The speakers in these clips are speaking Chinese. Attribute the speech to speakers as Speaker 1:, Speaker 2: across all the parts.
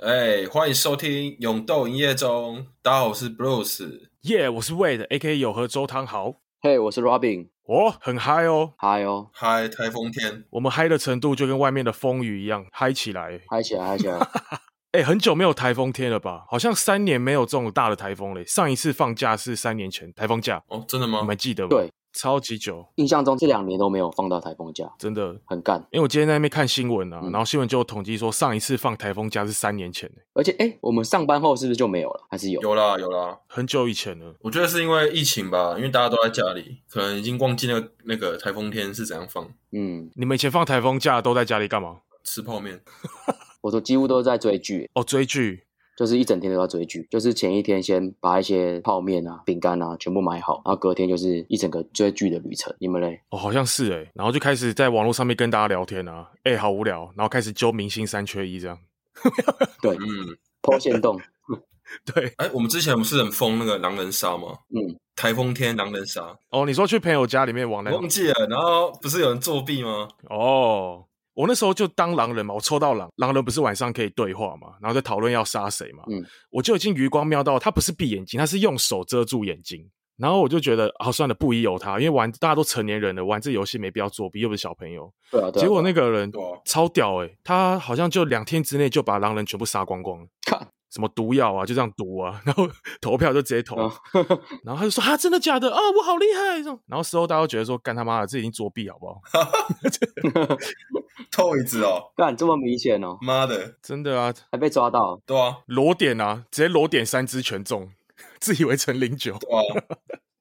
Speaker 1: 哎，欢迎收听《勇斗营业中》，大家好，我是 Bruce。
Speaker 2: 耶我是 Wade A.K. 有和周汤豪，
Speaker 3: 嘿我是 Robin，
Speaker 2: 哦，很嗨哦，
Speaker 3: 嗨哦，
Speaker 1: 嗨，台风天，
Speaker 2: 我们嗨的程度就跟外面的风雨一样嗨起来。
Speaker 3: 嗨起来，嗨起来，
Speaker 2: 哎，很久没有台风天了吧？好像三年没有这种大的台风嘞。上一次放假是三年前台风假，
Speaker 1: 哦，真的吗
Speaker 2: 你？们记得吗？
Speaker 3: 对，
Speaker 2: 超级久，
Speaker 3: 印象中这两年都没有放到台风假，
Speaker 2: 真的。
Speaker 3: 很干。
Speaker 2: 因为我今天在那边看新闻啊，
Speaker 3: 嗯
Speaker 2: 然后新闻就有统计说，上一次放台风假是三年前，
Speaker 3: 而且哎，我们上班后是不是就没有了？还是有？
Speaker 1: 有啦有啦，
Speaker 2: 很久以前了。
Speaker 1: 我觉得是因为疫情吧，因为大家都在家里，可能已经忘记那个那个台风天是怎样放，
Speaker 3: 嗯，
Speaker 2: 你们以前放台风假都在家里干嘛？
Speaker 1: 吃泡面。
Speaker 3: 我都几乎都在追剧，
Speaker 2: 哦，追剧。
Speaker 3: 就是一整天都在追剧，就是前一天先把一些泡面啊、饼干啊全部买好，然后隔天就是一整个追剧的旅程。你们嘞？
Speaker 2: 哦，好像是哎，然后就开始在网络上面跟大家聊天啊，哎，好无聊，然后开始揪明星三缺一这样。
Speaker 3: 对，
Speaker 1: 嗯，
Speaker 3: 剖线洞，
Speaker 2: 对，
Speaker 1: 哎，我们之前不是很疯那个狼人杀吗？
Speaker 3: 嗯，
Speaker 1: 台风天狼人杀，
Speaker 2: 哦，你说去朋友家里面玩那
Speaker 1: 我忘记了。然后不是有人作弊吗？
Speaker 2: 哦，我那时候就当狼人嘛，我抽到狼，狼人不是晚上可以对话嘛，然后在讨论要杀谁嘛，
Speaker 3: 嗯
Speaker 2: 我就已经余光瞄到他不是闭眼睛，他是用手遮住眼睛，然后我就觉得啊，算了，不疑有他，因为玩大家都成年人了，玩这游戏没必要作弊，又不是小朋友。
Speaker 3: 对啊，对啊。
Speaker 2: 结果
Speaker 3: 对啊
Speaker 2: 那个人
Speaker 1: 对啊
Speaker 2: 超屌诶、他好像就两天之内就把狼人全部杀光光了
Speaker 3: 看。
Speaker 2: 什么毒药啊，就这样毒啊，然后 投票就直接投，
Speaker 3: 啊
Speaker 2: 然后他就说啊，真的假的啊、我好厉害！这种，然后事后大家都觉得说，干他妈的，这已经作弊好不好？
Speaker 1: 偷椅子哦，
Speaker 3: 干这么明显哦，
Speaker 1: 妈的，
Speaker 2: 真的啊，
Speaker 3: 还被抓到，
Speaker 1: 对啊
Speaker 2: 裸点啊，直接裸点三支全中， 自以为成零九，
Speaker 1: 对啊，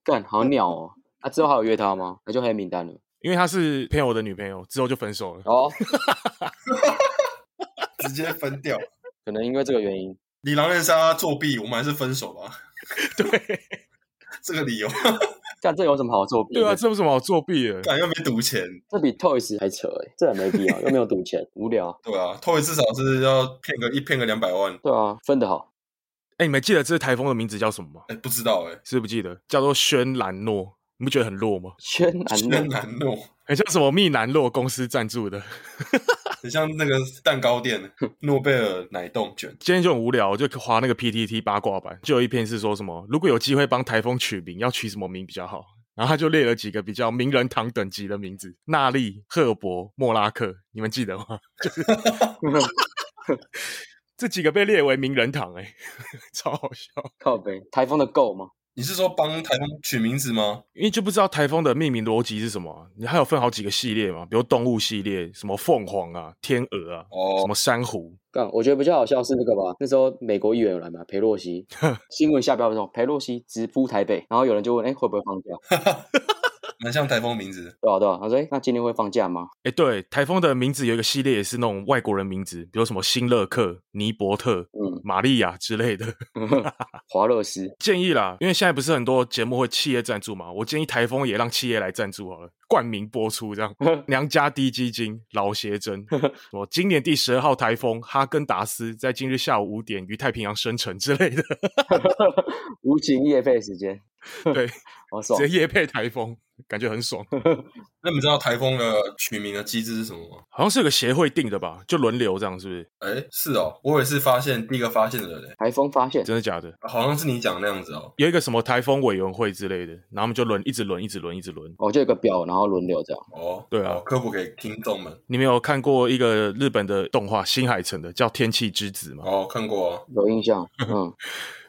Speaker 3: 干好鸟哦。啊，之后还有约他吗？那就黑名单了。
Speaker 2: 因为她是朋友的女朋友，之后就分手了。
Speaker 3: 哦，
Speaker 1: 直接分掉。
Speaker 3: 可能因为这个原因，
Speaker 1: 你狼人杀作弊，我们还是分手吧，
Speaker 2: 对
Speaker 1: 这个理由，
Speaker 3: 干这有什么好作弊的？
Speaker 2: 对啊，这有什么好作弊的？
Speaker 1: 感觉没赌钱。
Speaker 3: 这比 Toys 还扯哎、欸，这很没必要，又没有赌钱，无聊。
Speaker 1: 对啊，偷一至少是要骗个一骗个两百万，
Speaker 3: 对啊，分得好，
Speaker 2: 哎，你们记得这台风的名字叫什么吗？
Speaker 1: 哎，不知道哎、
Speaker 2: 是不是不记得，叫做轩兰诺，你不觉得很弱吗？
Speaker 3: 轩
Speaker 1: 欸，
Speaker 3: 然
Speaker 1: 真
Speaker 3: 诺
Speaker 1: 难 弄，
Speaker 2: 很像什么密兰诺公司赞助的。
Speaker 1: 很像那个蛋糕店诺贝尔奶冻卷，
Speaker 2: 今天就很无聊，我就划那个 PTT 八卦版，就有一篇是说什么，如果有机会帮台风取名，要取什么名比较好？然后他就列了几个比较名人堂等级的名字：纳利、赫伯、莫拉克，你们记得吗？ 这几个被列为名人堂、欸，哎，超好笑，
Speaker 3: 靠背，台风的够吗？
Speaker 1: 你是说帮台风取名字吗？
Speaker 2: 因为就不知道台风的命名逻辑是什么啊、你还有分好几个系列嘛，比如动物系列，什么凤凰啊、天鹅啊，
Speaker 1: 哦
Speaker 2: 什么珊瑚，
Speaker 3: 干，啊我觉得比较好笑是那个吧，那时候美国议员有来嘛，裴 洛西新闻下标那种，裴洛西直扑台北，然后有人就问，哎、会不会放假？
Speaker 1: 蛮像台风名字，
Speaker 3: 对啊，对啊，他说，哎、那今天会放假吗？
Speaker 2: 哎，对，台风的名字有一个系列也是那种外国人名字，比如什么辛勒克、尼伯特、
Speaker 3: 嗯，
Speaker 2: 玛利亚之类的。
Speaker 3: 华勒斯，
Speaker 2: 建议啦，因为现在不是很多节目会企业赞助嘛，我建议台风也让企业来赞助好了，冠名播出这样。娘家低基金、老邪针，我今年第十二号台风哈根达斯在今日下午五点于太平洋生成之类的，
Speaker 3: 无情夜费时间，
Speaker 2: 对，
Speaker 3: 好爽
Speaker 2: 直接。夜配台风，感觉很爽。
Speaker 1: 那你们知道台风的取名的机制是什么吗？
Speaker 2: 好像是有个协会定的吧，就轮流这样，是不是？
Speaker 1: 哎，是哦，我也是发现第一个发现的人、欸，
Speaker 3: 台风发现，
Speaker 2: 真的假的？
Speaker 1: 好像是你讲那样子哦。
Speaker 2: 有一个什么台风委员会之类的，然后我们就轮，一直轮，一直轮，一直轮。
Speaker 3: 哦，就有个表，然后轮流这样。
Speaker 1: 哦，
Speaker 2: 对啊
Speaker 1: 哦科普给听众们。
Speaker 2: 你们有看过一个日本的动画《新海诚》的，叫《天气之子》吗？
Speaker 1: 哦，看过、啊，
Speaker 3: 有印象， 嗯，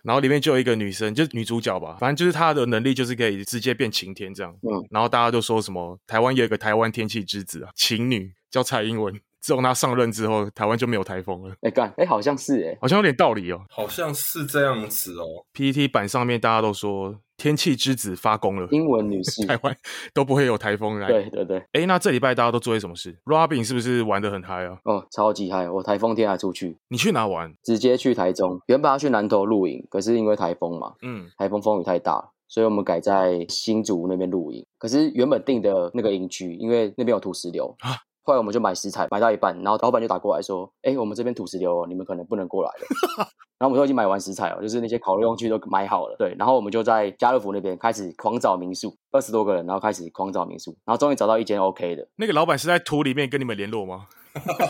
Speaker 2: 然后里面就有一个女生，就是女主角吧，反正就是她的能力就是可以直接变晴天这样。
Speaker 3: 嗯
Speaker 2: 然后大家就说什么台湾也有个台湾天气之子啊，晴女叫蔡英文。 自从她上任之后，台湾就没有台风了，
Speaker 3: 哎、干，哎、好像是哎、
Speaker 2: 好像有点道理哦。
Speaker 1: 好像是这样子哦。
Speaker 2: PPT 版上面大家都说天气之子发功了，
Speaker 3: 英文女士，
Speaker 2: 台湾都不会有台风来。
Speaker 3: 对对对，
Speaker 2: 哎，那这礼拜大家都做些什么事？Robin 是不是玩的很嗨啊？
Speaker 3: 哦，超级嗨！我台风天还出去，
Speaker 2: 你去哪玩？
Speaker 3: 直接去台中。原本要去南投露营，可是因为台风嘛，
Speaker 2: 嗯，
Speaker 3: 台风风雨太大了，所以我们改在新竹那边露营。可是原本定的那个营区，因为那边有土石流
Speaker 2: 啊，
Speaker 3: 后来我们就买食材，买到一半，然后老板就打过来说：“哎，我们这边土石流哦，你们可能不能过来了。”然后我们都已经买完食材哦，就是那些烤肉用具都买好了，对。然后我们就在家乐福那边开始狂找民宿，二十多个人，然后开始狂找民宿，然后终于找到一间 OK 的。
Speaker 2: 那个老板是在土里面跟你们联络吗？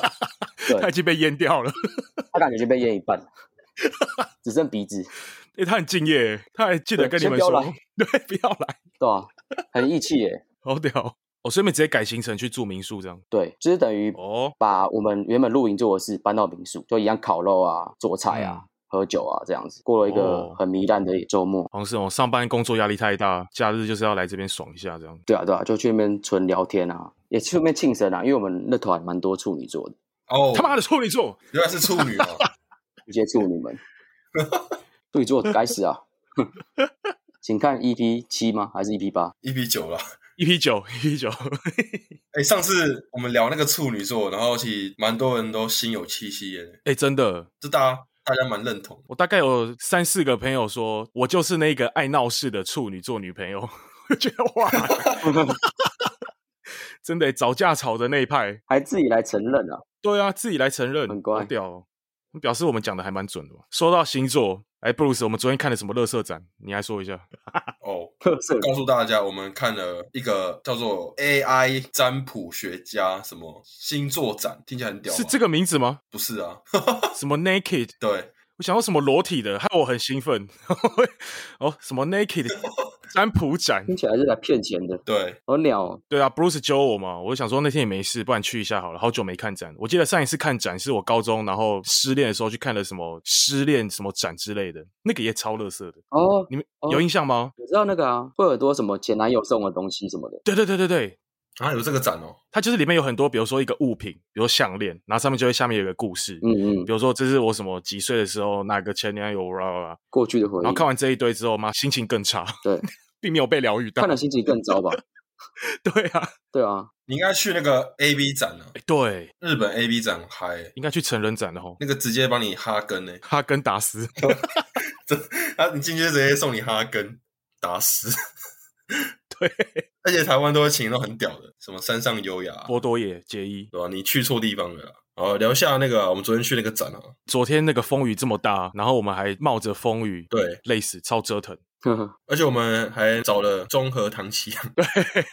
Speaker 2: 他已经被淹掉了，
Speaker 3: 他感觉就被淹一半了，只剩鼻子，
Speaker 2: 因为他很敬业，他还记得跟你们
Speaker 3: 对先
Speaker 2: 说
Speaker 3: 不要来，
Speaker 2: 对，不要来，
Speaker 3: 对吧、很义气耶，
Speaker 2: 好屌。我顺便直接改行程去住民宿这样。
Speaker 3: 对，就是等于
Speaker 2: 哦，
Speaker 3: 把我们原本露营做的事搬到民宿，就一样烤肉啊、做菜啊、喝酒啊这样子，过了一个
Speaker 2: 哦
Speaker 3: 很糜烂的周末。
Speaker 2: 好像是我上班工作压力太大，假日就是要来这边爽一下这样。
Speaker 3: 对啊，对啊，就去那边纯聊天啊，也去那边庆生啊，因为我们那团蛮多处女座的，
Speaker 1: 哦，
Speaker 2: 他妈的处女座，
Speaker 1: 原来是处女 哦，
Speaker 3: 一些处女们，处女座该死啊！ 请看 EP 七吗？还是 EP 八？
Speaker 1: 一比九了。
Speaker 2: 一批酒，一批酒，
Speaker 1: 哎、上次我们聊那个处女座，然后其实蛮多人都心有戚戚焉，
Speaker 2: 哎，真的，
Speaker 1: 这大家大家蛮认同。
Speaker 2: 我大概有三四个朋友说，我就是那个爱闹事的处女座女朋友， 我觉得哇， 真的欸找架吵的那一派，
Speaker 3: 还自己来承认啊？
Speaker 2: 对啊，自己来承认，
Speaker 3: 很乖
Speaker 2: 好屌、哦，表示我们讲的还蛮准的嘛。说到星座，哎，Bruce，我们昨天看了什么乐色展？你来说一下。
Speaker 1: 哦，
Speaker 3: 特色
Speaker 1: 告诉大家，我们看了一个叫做 AI 占卜学家什么星座展，听起来很屌吗。
Speaker 2: 是这个名字吗？
Speaker 1: 不是啊？
Speaker 2: 什么 naked？
Speaker 1: 对，
Speaker 2: 我想到什么裸体的，害我很兴奋。 哦，什么 naked 占卜展？
Speaker 3: 听起来是来骗钱的，
Speaker 1: 对，
Speaker 3: 好鸟哦、
Speaker 2: 对啊，Bruce 揪我嘛，我就想说那天也没事，不然去一下好了。好久没看展，我记得上一次看展是我高中，然后失恋的时候去看了什么失恋什么展之类的，那个也超乐色的。
Speaker 3: 哦。
Speaker 2: 你们
Speaker 3: 哦
Speaker 2: 有印象吗？
Speaker 3: 我知道那个啊，会有很多什么前男友送的东西什么的，
Speaker 2: 对对对对对，
Speaker 1: 啊，有这个展哦，
Speaker 2: 它就是里面有很多，比如说一个物品，比如项链，然后上面就会下面有一个故事，
Speaker 3: 嗯嗯，
Speaker 2: 比如说这是我什么几岁的时候哪个前男友啦啦啦，
Speaker 3: 过去的回忆。
Speaker 2: 然后看完这一堆之后，妈心情更差，
Speaker 3: 对，
Speaker 2: 并没有被疗愈到
Speaker 3: 看。了心情更糟吧？
Speaker 2: 对啊，
Speaker 3: 对啊，
Speaker 1: 你应该去那个 AB 展啊，
Speaker 2: 哎对，
Speaker 1: 日本 AB 展很嗨欸、
Speaker 2: 应该去成人展的吼，
Speaker 1: 那个直接帮你哈根呢、欸，
Speaker 2: 哈根达斯。
Speaker 1: 啊，你进去直接送你哈根，打死。
Speaker 2: 对，
Speaker 1: 而且台湾都会请那种很屌的，什么山上优雅啊、
Speaker 2: 波多野结衣，
Speaker 1: 对吧、你去错地方了啦。好，聊一下那个啊我们昨天去那个展啊，
Speaker 2: 昨天那个风雨这么大，然后我们还冒着风雨，
Speaker 1: 对，
Speaker 2: 累死，超折腾。
Speaker 3: 呵呵
Speaker 1: 而且我们还找了综合唐奇阳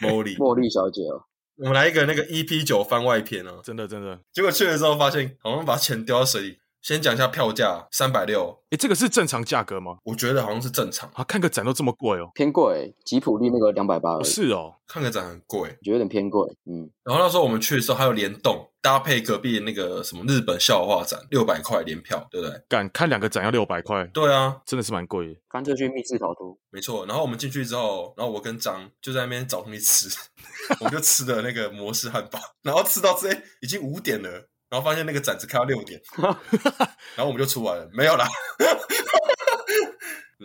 Speaker 1: Molly，
Speaker 3: 茉莉小姐哦，
Speaker 1: 我们来一个那个 EP 九番外篇啊。
Speaker 2: 真的真的。
Speaker 1: 结果去了之后发现，好像把钱丢到水里。先讲一下票价，三百六，
Speaker 2: 哎，这个是正常价格吗？
Speaker 1: 我觉得好像是正常，
Speaker 2: 啊，看个展都这么贵哦。
Speaker 3: 偏贵，欸吉普力那个两百八而
Speaker 2: 不
Speaker 3: 已，
Speaker 2: 是哦，
Speaker 1: 看个展很贵。
Speaker 3: 我觉得有点偏贵。嗯，
Speaker 1: 然后那时候我们去的时候还有联动，搭配隔壁那个什么日本笑话展，六百块联票，对不对？
Speaker 2: 敢看两个展要六百块，
Speaker 1: 对啊，
Speaker 2: 真的是蛮贵的。
Speaker 3: 干脆去密室逃脱。
Speaker 1: 没错。然后我们进去之后，然后我跟张就在那边找东西吃， 我们就吃的那个摩斯汉堡，然后吃到这哎已经五点了，然后发现那个展只开到六点，然后我们就出来了，没有啦。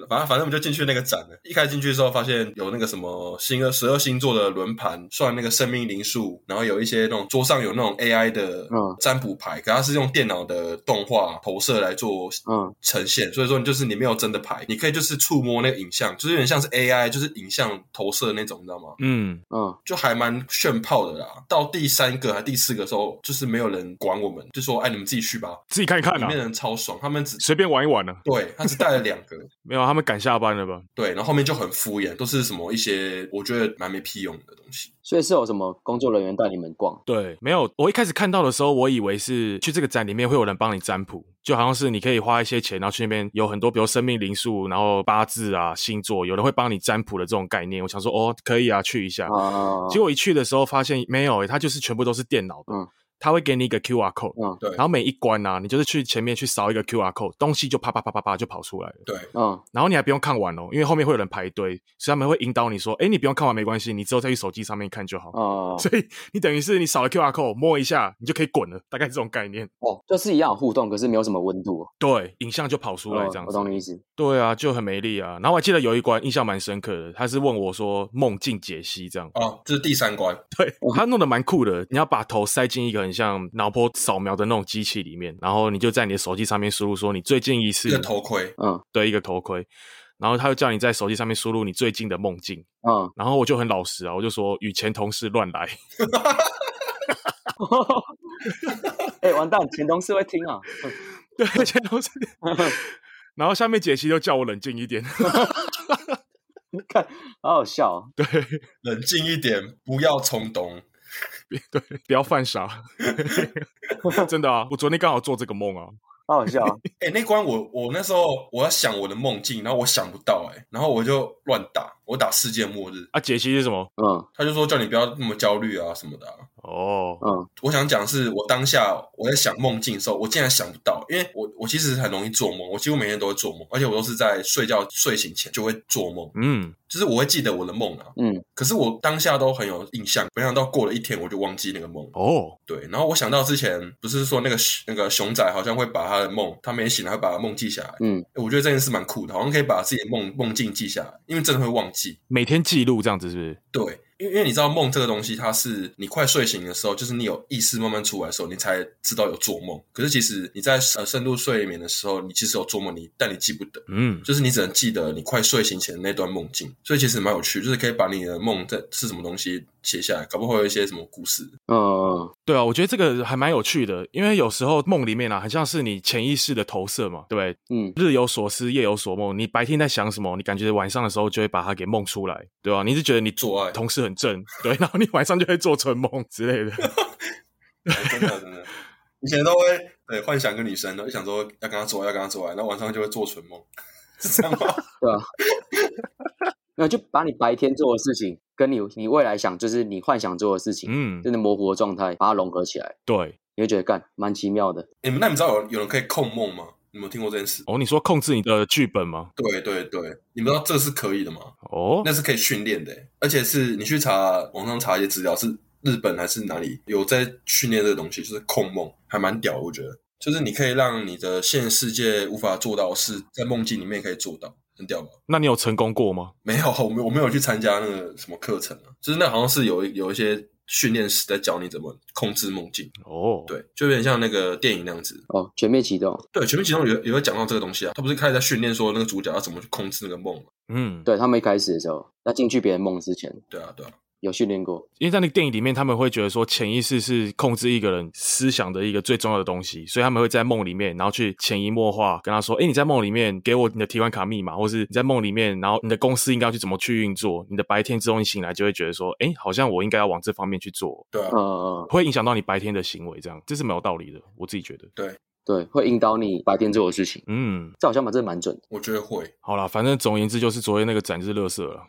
Speaker 1: 反正反正我们就进去那个展了。一开始进去的时候，发现有那个什么星二十二星座的轮盘，算那个生命灵数，然后有一些那种桌上有那种 AI 的
Speaker 3: 嗯
Speaker 1: 占卜牌，可它是用电脑的动画投射来做
Speaker 3: 嗯
Speaker 1: 呈现，所以说你就是你没有真的牌，你可以就是触摸那个影像，就是有点像是 AI，就是影像投射那种，你知道吗？
Speaker 2: 嗯，
Speaker 3: 嗯，
Speaker 1: 就还蛮炫炮的啦。到第三个还第四个的时候，就是没有人管我们，就说：“哎，你们自己去吧。
Speaker 2: 自己看一”看
Speaker 1: 里
Speaker 2: 啊
Speaker 1: 面，人超爽，他们只
Speaker 2: 随便玩一玩呢、
Speaker 1: 对他只带了两个，
Speaker 2: 没有啊，他们赶下班了吧？
Speaker 1: 对，然后后面就很敷衍，都是什么一些我觉得蛮没屁用的东西。
Speaker 3: 所以是有什么工作人员带你们逛？
Speaker 2: 对，没有。我一开始看到的时候，我以为是去这个展里面会有人帮你占卜，就好像是你可以花一些钱，然后去那边有很多，比如生命灵数，然后八字啊、星座，有人会帮你占卜的这种概念。我想说，哦，可以啊，去一下。
Speaker 3: 啊，
Speaker 2: 结果一去的时候发现没有、欸，它就是全部都是电脑的，
Speaker 3: 嗯
Speaker 2: 它会给你一个 QR code，
Speaker 3: 嗯
Speaker 1: 对
Speaker 2: 然后每一关啊，你就是去前面去扫一个 QR code，东西就啪啪啪啪啪就跑出来了。
Speaker 1: 对，
Speaker 3: 嗯，
Speaker 2: 然后你还不用看完哦，因为后面会有人排队，所以他们会引导你说：“哎，你不用看完没关系，你之后再去手机上面看就好。
Speaker 3: 哦、
Speaker 2: 所以你等于是你扫了 QR code 摸一下，你就可以滚了，大概是这种概念。
Speaker 3: 哦，就是一样有互动，可是没有什么温度哦。
Speaker 2: 对，影像就跑出来
Speaker 3: 哦
Speaker 2: 这样
Speaker 3: 我
Speaker 2: 子。
Speaker 3: 懂你意思。
Speaker 2: 对啊，就很没力啊。然后我还记得有一关印象蛮深刻的，他是问我说梦境解析这样，
Speaker 1: 哦，这是第三关，
Speaker 2: 对他弄得蛮酷的。你要把头塞进一个很像脑波扫描的那种机器里面，然后你就在你的手机上面输入说你最近一次
Speaker 1: 这个头盔，
Speaker 3: 嗯
Speaker 2: 对一个头盔，然后他就叫你在手机上面输入你最近的梦境。
Speaker 3: 嗯，
Speaker 2: 然后我就很老实啊，我就说与前同事乱来，
Speaker 3: 哎、完蛋，前同事会听啊！
Speaker 2: 对，而且都是。然后下面解析就叫我冷静一点，
Speaker 3: 看，好好笑、哦。
Speaker 2: 对
Speaker 1: 冷静一点，不要冲动。
Speaker 2: 对，不要犯傻。真的啊，我昨天刚好做这个梦啊，
Speaker 3: 好好笑、哦，
Speaker 1: 哎、那关我我那时候我要想我的梦境，然后我想不到哎、然后我就乱打，我打世界末日。
Speaker 2: 啊，解析是什么？
Speaker 3: 嗯
Speaker 1: 他就说叫你不要那么焦虑啊什么的啊、
Speaker 2: 哦，
Speaker 3: 嗯
Speaker 1: 我想讲是我当下我在想梦境的时候，我竟然想不到，因为我我其实很容易做梦，我几乎每天都会做梦，而且我都是在睡觉睡醒前就会做梦，
Speaker 2: 嗯，
Speaker 1: 就是我会记得我的梦啊，
Speaker 3: 嗯，
Speaker 1: 可是我当下都很有印象，没想到过了一天我就忘记那个梦。
Speaker 2: 哦，
Speaker 1: 对，然后我想到之前不是说那个熊那个熊仔好像会把他的梦，他没醒，他会把他梦记下来。
Speaker 3: 嗯，
Speaker 1: 诶我觉得这件事蛮酷的，好像可以把自己的梦梦境记下来，因为真的会忘记。
Speaker 2: 每天记录这样子是不是？
Speaker 1: 对，因为因为你知道梦这个东西，它是你快睡醒的时候，就是你有意识慢慢出来的时候，你才知道有做梦。可是其实你在呃深度睡眠的时候，你其实有做梦，你但你记不得，
Speaker 2: 嗯，
Speaker 1: 就是你只能记得你快睡醒前的那段梦境。所以其实蛮有趣，就是可以把你的梦在是什么东西写下来，搞不好有一些什么故事。
Speaker 3: 嗯嗯
Speaker 2: 对啊，我觉得这个还蛮有趣的，因为有时候梦里面啊，很像是你潜意识的投射嘛，对不对
Speaker 3: 嗯，
Speaker 2: 日有所思，夜有所梦。你白天在想什么，你感觉晚上的时候就会把它给梦出来，对吧、你是觉得你
Speaker 1: 做爱
Speaker 2: 同事很正，对，然后你晚上就会做春梦之类的。
Speaker 1: 真的真的，以前都会对幻想一个女生，然后就想说要跟她做爱，要跟她做爱，然后晚上就会做纯梦，是这样吗？
Speaker 3: 对啊。那就把你白天做的事情，跟你你未来想，就是你幻想做的事情，
Speaker 2: 嗯，
Speaker 3: 真的模糊的状态，把它融合起来，
Speaker 2: 对。
Speaker 3: 你会觉得干蛮奇妙的。
Speaker 1: 你们那你知道有有人可以控梦吗？你们有听过这件事？
Speaker 2: 哦，你说控制你的剧本吗？
Speaker 1: 对对对，你们知道这是可以的吗？
Speaker 2: 哦，
Speaker 1: 那是可以训练的欸，而且是你去查网上查一些资料，是日本还是哪里有在训练这个东西，就是控梦，还蛮屌，我觉得。就是你可以让你的现实世界无法做到的事，在梦境里面可以做到，很屌吧？
Speaker 2: 那你有成功过吗？
Speaker 1: 没有，我没有我没有去参加那个什么课程啊，就是那好像是有一有一些训练师在教你怎么控制梦境，
Speaker 2: 哦，，
Speaker 1: 对，就有点像那个电影那样子。
Speaker 3: 哦，全面启动，
Speaker 1: 对，《全面启动》有也会讲到这个东西啊，他不是开始在训练说那个主角要怎么去控制那个梦嘛？
Speaker 2: 嗯，
Speaker 3: 对他们一开始的时候，要进去别人梦之前
Speaker 1: 对啊，对啊，
Speaker 3: 有训练过，
Speaker 2: 因为在那个电影里面，他们会觉得说潜意识是控制一个人思想的一个最重要的东西，所以他们会在梦里面，然后去潜移默化跟他说：“哎，你在梦里面给我你的提款卡密码，或是你在梦里面，然后你的公司应该要去怎么去运作。”你的白天之后，你醒来就会觉得说：“哎，好像我应该要往这方面去做。
Speaker 1: 对啊，
Speaker 3: 嗯嗯，嗯”
Speaker 2: 会影响到你白天的行为，这样这是没有道理的，我自己觉得。
Speaker 3: 对，会引导你白天做的事情，
Speaker 2: 嗯，
Speaker 3: 这好像蛮真的蛮准的。
Speaker 1: 我觉得会。
Speaker 2: 好啦，反正总而言之就是昨天那个展就是乐色了。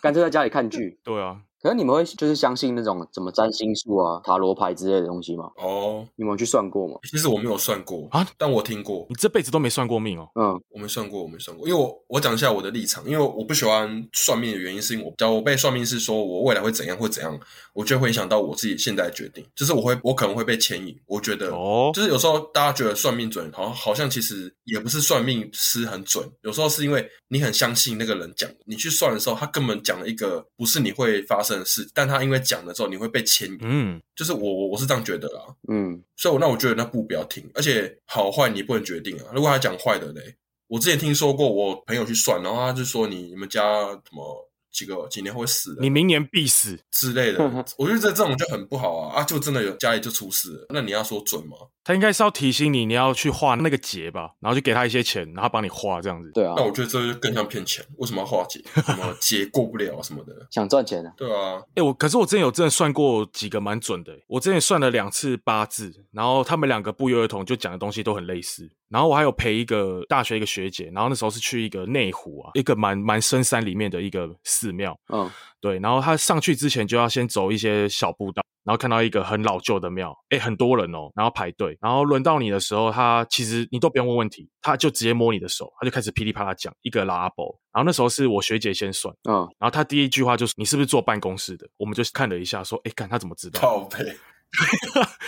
Speaker 3: 干脆在家里看剧。
Speaker 2: 对啊，
Speaker 3: 可是你们会就是相信那种什么占星术啊、塔罗牌之类的东西吗？
Speaker 1: 哦，
Speaker 3: 你们有去算过吗？
Speaker 1: 其实我没有算过
Speaker 2: 啊，
Speaker 1: 但我听过
Speaker 2: 你，这辈子都没算过命哦。
Speaker 3: 嗯
Speaker 1: 我没算过，我没算过，因为我我讲一下我的立场，因为我不喜欢算命的原因是因为我，假如我被算命是说我未来会怎样会怎样，我就会影响到我自己现在的决定，就是我会我可能会被牵引，我觉得
Speaker 2: 哦，
Speaker 1: 就是有时候大家觉得算命准，好像好像其实也不是算命师很准，有时候是因为你很相信那个人讲，你去算的时候，他根本讲了一个不是你会发生的事，但他因为讲了之后，你会被牵引，
Speaker 2: 嗯，
Speaker 1: 就是我我我是这样觉得啦，
Speaker 3: 嗯，
Speaker 1: 所以我那我觉得那不不要听，而且好坏你不能决定啊，如果他讲坏的嘞，我之前听说过我朋友去算，然后他就说你你们家什么几个几年会死的
Speaker 2: 你明年必死。
Speaker 1: 之类的，我觉得这这种就很不好啊，啊就真的有家里就出事了，那你要说准吗？
Speaker 2: 他应该是要提醒你，你要去画那个结吧，然后就给他一些钱，然后帮你画这样子。
Speaker 3: 对啊
Speaker 1: 那，我觉得这就更像骗钱，为什么要化解？什么结过不了什么的？
Speaker 3: 想赚钱啊。
Speaker 1: 对啊，
Speaker 2: 哎、我可是我之前有真的算过几个蛮准的、我之前算了两次八字，然后他们两个不约而同就讲的东西都很类似。然后我还有陪一个大学一个学姐，然后那时候是去一个内湖啊，一个蛮蛮深山里面的一个寺庙，
Speaker 3: 嗯
Speaker 2: 对，然后他上去之前就要先走一些小步道，然后看到一个很老旧的庙，哎，很多人哦，然后排队，然后轮到你的时候，他其实你都不用问问题，他就直接摸你的手，他就开始噼里啪啦讲一个拉阿伯，然后那时候是我学姐先算，
Speaker 3: 嗯，
Speaker 2: 然后他第一句话就是你是不是坐办公室的？我们就看了一下，说，哎，看他怎么知道？
Speaker 1: 靠背，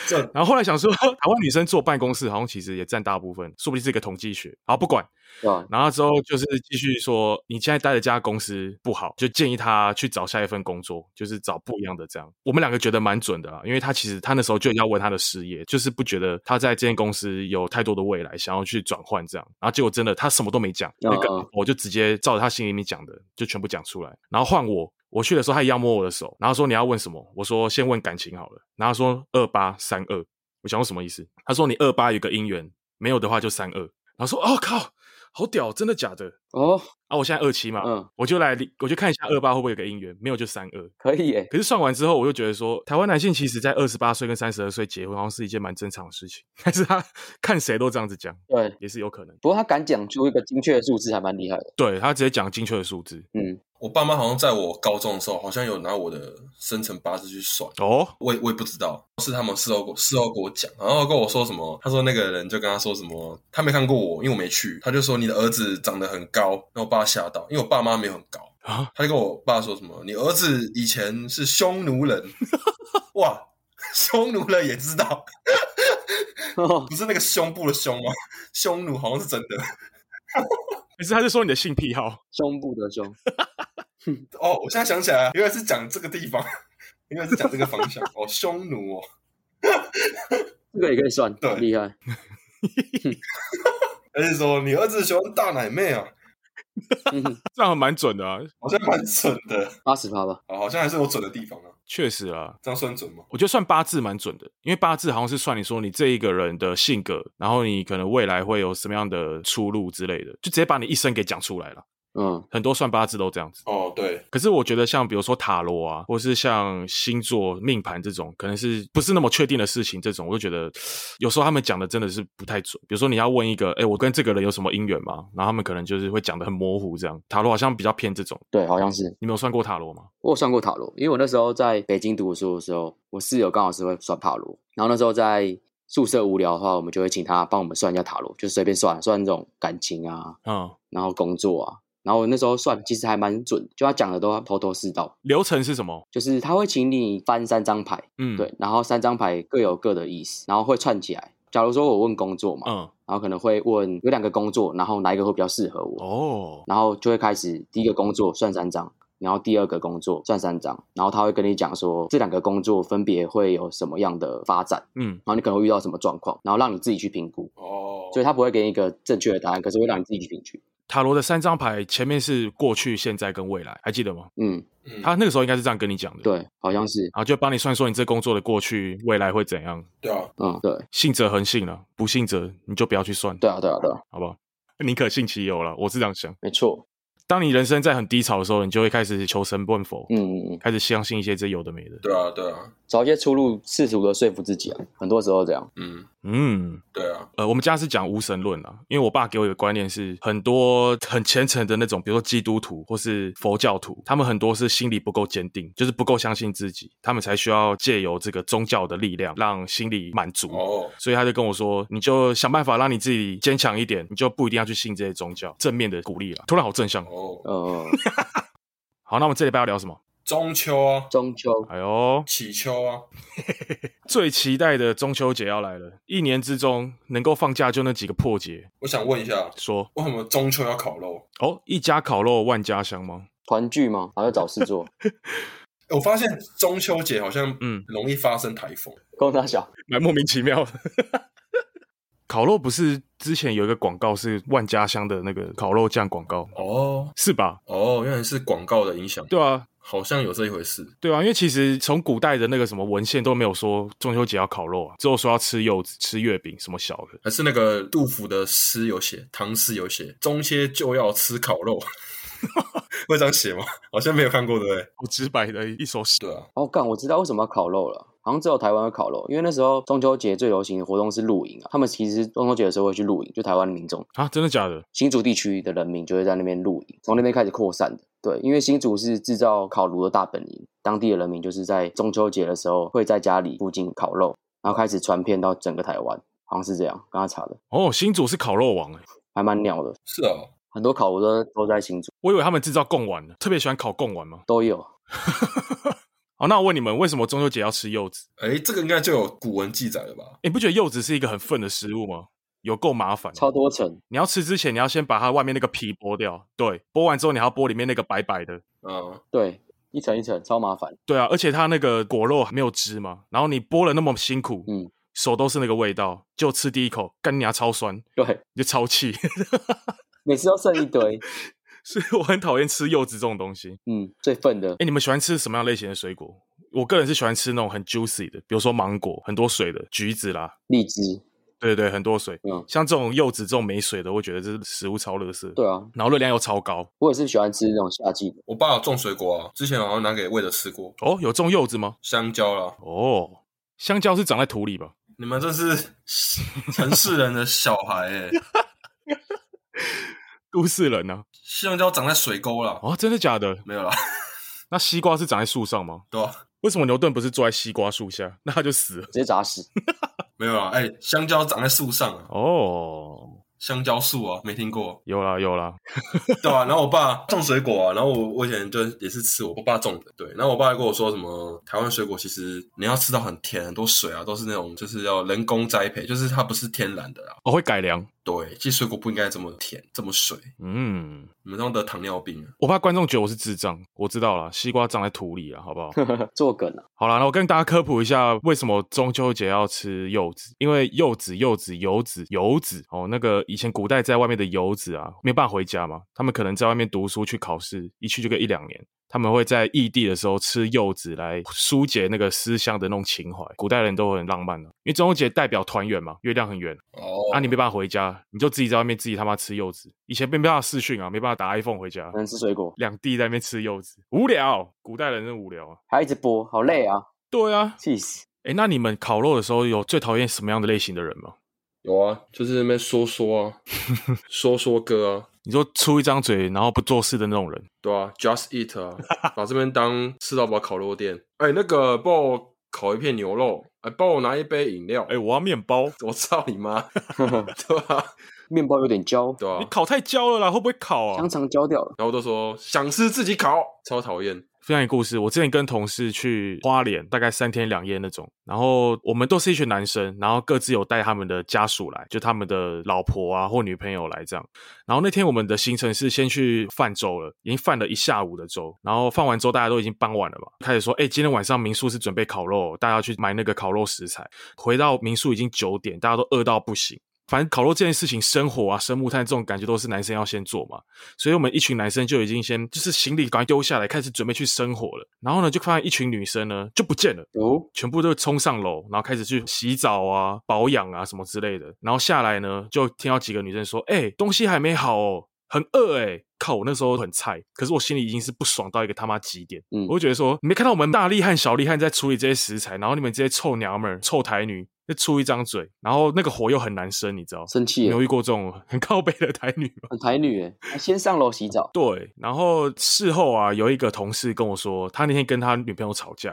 Speaker 1: 这
Speaker 2: 然后后来想说， 台湾女生坐办公室好像其实也占大部分，说不定是一个统计学。好，不管，
Speaker 3: 对啊，
Speaker 2: 然后之后就是继续说，你现在待的这家公司不好，就建议他去找下一份工作，就是找不一样的这样。我们两个觉得蛮准的啦，因为他其实他那时候就要问他的事业，就是不觉得他在这间公司有太多的未来，想要去转换这样。然后结果真的他什么都没讲，那个
Speaker 3: 嗯嗯
Speaker 2: 我就直接照着他心里面讲的，就全部讲出来。然后换我。我去的时候，他一样摸我的手，然后说你要问什么？我说先问感情好了。然后他说二八三二，我想说什么意思？他说你二八有个姻缘，没有的话就三二。然后说哦靠，好屌，真的假的？
Speaker 3: 哦，
Speaker 2: 啊，我现在二七嘛，
Speaker 3: 嗯
Speaker 2: 我就来理，我就看一下二八会不会有个姻缘，没有就三二。
Speaker 3: 可以耶，
Speaker 2: 可是算完之后，我就觉得说，台湾男性其实在二十八岁跟三十二岁结婚，好像是一件蛮正常的事情。 但是他看谁都这样子讲，
Speaker 3: 对。
Speaker 2: 也是有可能。
Speaker 3: 不过他敢讲出一个精确的数字，还蛮厉害的。
Speaker 2: 对他直接讲精确的数字
Speaker 3: 嗯，
Speaker 1: 我爸妈好像在我高中的时候，好像有拿我的生辰八字去算，
Speaker 2: 哦，
Speaker 1: 我也我也不知道，是他们事后跟我事后跟我讲，然后跟我说什么，他说那个人就跟他说什么，他没看过我，因为我没去，他就说你的儿子长得很高，让我爸吓到，因为我爸妈没有很高，
Speaker 2: 啊，
Speaker 1: 他就跟我爸说什么，你儿子以前是匈奴人， 哇，匈奴人也知道，
Speaker 3: 哦
Speaker 1: 不是那个胸部的胸吗？ 匈奴好像是真的
Speaker 2: 可是他就说你的性癖好，
Speaker 3: 胸部的胸，
Speaker 1: 哦，我现在想起来了，原来是讲这个地方， 原来是讲这个方向哦，匈奴哦，
Speaker 3: 这个也可以算，
Speaker 1: 对
Speaker 3: 很厉害。
Speaker 1: 而且说你儿子喜欢大奶妹啊，
Speaker 2: 这样蛮准的啊，
Speaker 1: 好像蛮准的。
Speaker 3: 嗯八十趴吧，
Speaker 1: 啊，好像还是有准的地方啊，
Speaker 2: 确实啊。
Speaker 1: 这样算准吗？
Speaker 2: 我觉得算八字蛮准的，因为八字好像是算你说你这一个人的性格，然后你可能未来会有什么样的出路之类的，就直接把你一生给讲出来了。
Speaker 3: 嗯，
Speaker 2: 很多算八字都这样子。
Speaker 1: 哦，对，
Speaker 2: 可是我觉得，像比如说塔罗啊，或是像星座命盘这种，可能是不是那么确定的事情，这种我就觉得有时候他们讲的真的是不太准。比如说你要问一个，哎，我跟这个人有什么姻缘吗？然后他们可能就是会讲的很模糊，这样塔罗好像比较偏这种。
Speaker 3: 对，好像是。
Speaker 2: 你们有算过塔罗吗？
Speaker 3: 我有算过塔罗，因为我那时候在北京读书的时候，我室友刚好是会算塔罗，然后那时候在宿舍无聊的话，我们就会请他帮我们算一下塔罗，就随便算算这种感情啊，
Speaker 2: 嗯，
Speaker 3: 然后工作啊。然后我那时候算其实还蛮准，就他讲的都头头是道，
Speaker 2: 流程是什么？
Speaker 3: 就是他会请你翻三张牌，
Speaker 2: 嗯，，
Speaker 3: 对，然后三张牌各有各的意思，然后会串起来。假如说我问工作嘛，
Speaker 2: 嗯，
Speaker 3: 然后可能会问有两个工作，然后哪一个会比较适合我，
Speaker 2: 哦，
Speaker 3: 然后就会开始第一个工作算三张，然后第二个工作算三张，然后他会跟你讲说这两个工作分别会有什么样的发展，
Speaker 2: 嗯，
Speaker 3: 然后你可能会遇到什么状况，然后让你自己去评估。
Speaker 1: 哦，
Speaker 3: 所以他不会给你一个正确的答案，可是会让你自己去评估。
Speaker 2: 塔罗的三张牌前面是过去、现在跟未来，还记得吗？
Speaker 3: 嗯，
Speaker 1: 嗯
Speaker 2: 他那个时候应该是这样跟你讲的。。
Speaker 3: 对，好像是，
Speaker 2: 然后就帮你算说你这工作的过去、未来会怎样，
Speaker 1: 对啊，
Speaker 3: 嗯，对，
Speaker 2: 信则恒信了，不信则你就不要去算。
Speaker 3: 对啊，对啊，对啊，
Speaker 2: 好不好？宁可信其有了，我是这样想。
Speaker 3: 没错。
Speaker 2: 当你人生在很低潮的时候，你就会开始求神问佛，
Speaker 3: 嗯嗯嗯，
Speaker 2: 开始相信一些这有的没的。
Speaker 1: 对啊，对啊，
Speaker 3: 找一些出路，试图的说服自己啊。很多时候这样，
Speaker 1: 嗯，
Speaker 2: 嗯，
Speaker 1: 对啊，
Speaker 2: 呃，我们家是讲无神论啊，因为我爸给我一个观念是，很多很虔诚的那种，比如说基督徒或是佛教徒，他们很多是心理不够坚定，就是不够相信自己，他们才需要借由这个宗教的力量，让心理满足。
Speaker 1: 哦，
Speaker 2: 所以他就跟我说，你就想办法让你自己坚强一点，你就不一定要去信这些宗教。正面的鼓励了，突然好正向。
Speaker 1: 哦，
Speaker 3: 呃，
Speaker 2: 好，那我们这礼拜要聊什么？
Speaker 1: 中秋啊，
Speaker 3: 中秋，
Speaker 2: 哎呦，
Speaker 1: 祈秋啊，
Speaker 2: 最期待的中秋节要来了，一年之中能够放假就那几个破节。
Speaker 1: 我想问一下，
Speaker 2: 说
Speaker 1: 为什么中秋要烤肉？
Speaker 2: 哦，一家烤肉万家香吗？
Speaker 3: 团聚嘛，然后找事做，
Speaker 1: 欸我发现中秋节好像
Speaker 2: 嗯
Speaker 1: 容易发生台风，
Speaker 3: 供大小，
Speaker 2: 蛮莫名其妙的。 烤肉不是之前有一个广告是万家香的那个烤肉酱广告
Speaker 1: 哦
Speaker 2: 是吧？
Speaker 1: 哦，原来是广告的影响，
Speaker 2: 对啊，
Speaker 1: 好像有这一回事，
Speaker 2: 对啊，因为其实从古代的那个什么文献都没有说中秋节要烤肉啊，只有说要吃柚子、吃月饼什么小的。
Speaker 1: 还是那个杜甫的诗有写，唐诗有写，中秋就要吃烤肉， 会这样写吗？好像没有看过，对不对？
Speaker 2: 好直白的一首诗。
Speaker 1: 对啊，
Speaker 3: 哦，干，我知道为什么要烤肉了。好像只有台湾会烤肉，因为那时候中秋节最流行的活动是露营啊。他们其实中秋节的时候会去露营，就台湾民众
Speaker 2: 啊，真的假的？
Speaker 3: 新竹地区的人民就会在那边露营，从那边开始扩散的。对，因为新竹是制造烤炉的大本营，当地的人民就是在中秋节的时候会在家里附近烤肉，然后开始传遍到整个台湾，好像是这样。刚刚查的，
Speaker 2: 哦，新竹是烤肉王哎、
Speaker 3: 还蛮鸟的，
Speaker 1: 是哦，
Speaker 3: 很多烤炉都都在新竹
Speaker 2: 我以为他们制造贡丸呢，特别喜欢烤贡丸吗？
Speaker 3: 都有。
Speaker 2: 好，那我问你们，为什么中秋节要吃柚子？
Speaker 1: 哎，这个应该就有古文记载了吧？
Speaker 2: 你不觉得柚子是一个很粪的食物吗？有够麻烦。
Speaker 3: 超多层，
Speaker 2: 你要吃之前，你要先把它外面那个皮剥掉，对，剥完之后你还要剥里面那个白白的，
Speaker 1: 嗯，
Speaker 3: 对，一层一层，超麻烦。
Speaker 2: 对啊，而且它那个果肉没有汁嘛，然后你剥了那么辛苦，
Speaker 3: 嗯
Speaker 2: 手都是那个味道，就吃第一口，干你牙超酸，
Speaker 3: 对，
Speaker 2: 你就超气，
Speaker 3: 每次都剩一堆，
Speaker 2: 所以我很讨厌吃柚子这种东西。
Speaker 3: 嗯，最笨的
Speaker 2: 哎、你们喜欢吃什么样类型的水果？我个人是喜欢吃那种很 juicy 的，比如说芒果，很多水的；橘子啦，
Speaker 3: 荔枝，
Speaker 2: 对对对，很多水。
Speaker 3: 嗯，
Speaker 2: 像这种柚子这种没水的，我觉得这是食物超垃圾，
Speaker 3: 对啊，
Speaker 2: 然后热量又超高。
Speaker 3: 我也是喜欢吃那种夏季的，
Speaker 1: 我爸有种水果啊，之前好像拿给魏德吃过
Speaker 2: 哦，有种柚子吗？
Speaker 1: 香蕉啦。
Speaker 2: 哦，香蕉是长在土里吧？
Speaker 1: 你们这 是城市人的小孩哎、
Speaker 2: 都市人啊呢、
Speaker 1: 香蕉长在水沟啦，
Speaker 2: 啊？哦，真的假的？
Speaker 1: 没有啦，
Speaker 2: 那西瓜是长在树上吗？
Speaker 1: 对啊？
Speaker 2: 为什么牛顿不是坐在西瓜树下？那他就死了。
Speaker 3: 直接砸死。
Speaker 1: 没有啦，哎、香蕉长在树上啊，
Speaker 2: 哦，，
Speaker 1: 香蕉树啊，没听过
Speaker 2: 有啦有啦，
Speaker 1: 对啊？然后我爸种水果啊，然后我我以前就也是吃我爸种的，对，然后我爸还跟我说什么台湾水果其实你要吃到很甜，很多水啊，都是那种就是要人工栽培，就是它不是天然的啦。
Speaker 2: 我、哦、会改良。
Speaker 1: 对，其实水果不应该这么甜，这么水，
Speaker 2: 嗯，
Speaker 1: 你们这样得糖尿病啊。
Speaker 2: 我怕观众觉得我是智障，我知道了，西瓜长在土里啊，好不好？
Speaker 3: 做梗啊，
Speaker 2: 好啦，那我跟大家科普一下，为什么中秋节要吃柚子？因为柚子、柚子、柚子、柚子哦，那个以前古代在外面的游子啊，没办法回家嘛，他们可能在外面读书去考试，一去就个一两年。他们会在异地的时候吃柚子来疏解那个思乡的那种情怀。古代人都很浪漫的、啊因为中秋节代表团圆嘛，月亮很圆，
Speaker 1: 哦，
Speaker 2: 啊，你没办法回家，你就自己在外面自己他妈吃柚子。以前没办法视讯啊，没办法打 iPhone 回家
Speaker 3: 可，能吃水果，
Speaker 2: 两地在那边吃柚子，无聊。古代人真无聊啊。
Speaker 3: 还要一直播，好累啊，
Speaker 2: 对啊，
Speaker 3: 气死！
Speaker 2: 哎，那你们烤肉的时候有最讨厌什么样的类型的人吗？
Speaker 1: 有啊，就是那边说说 啊，说说歌啊，
Speaker 2: 你说出一张嘴然后不做事的那种人，
Speaker 1: 对啊，Just Eat 啊，把这边当吃到饱烤肉店。哎、那个帮我烤一片牛肉，哎、帮我拿一杯饮料。哎、
Speaker 2: 哎，我要面包，
Speaker 1: 我操你妈， 对吧、啊？
Speaker 3: 面包有点焦，
Speaker 1: 对啊
Speaker 2: 你。烤太焦了啦，会不会烤啊
Speaker 3: 香？肠焦掉了，
Speaker 1: 然后我都说想吃自己烤，超讨厌。
Speaker 2: 分享一个故事，我之前跟同事去花莲，大概三天两夜那种，然后我们都是一群男生，然后各自有带他们的家属来，就他们的老婆啊或女朋友来这样。然后那天我们的行程是先去泛舟了，已经泛了一下午的舟，然后泛完舟大家都已经傍晚了嘛，开始说，哎、今天晚上民宿是准备烤肉，大家要去买那个烤肉食材。回到民宿已经九点，大家都饿到不行。反正烤肉这件事情，生火啊、生木炭这种感觉都是男生要先做嘛，所以我们一群男生就已经先就是行李赶快丢下来，开始准备去生火了。然后呢，就发现一群女生呢就不见了。
Speaker 3: 哦，
Speaker 2: 全部都冲上楼，然后开始去洗澡啊、保养啊什么之类的。然后下来呢，就听到几个女生说：“哎、东西还没好哦，很饿哎、靠！我那时候很菜，可是我心里已经是不爽到一个他妈极点。
Speaker 3: 嗯
Speaker 2: 我就觉得说，你没看到我们大力汉、小力汉在处理这些食材，然后你们这些臭娘们儿、臭台女，就出一张嘴，然后那个火又很难生，你知道？
Speaker 3: 生气
Speaker 2: 你有
Speaker 3: 了，
Speaker 2: 遇过这种很靠北的台女吗？
Speaker 3: 很台女哎，还先上楼洗澡，
Speaker 2: 对，然后事后啊，有一个同事跟我说，他那天跟他女朋友吵架，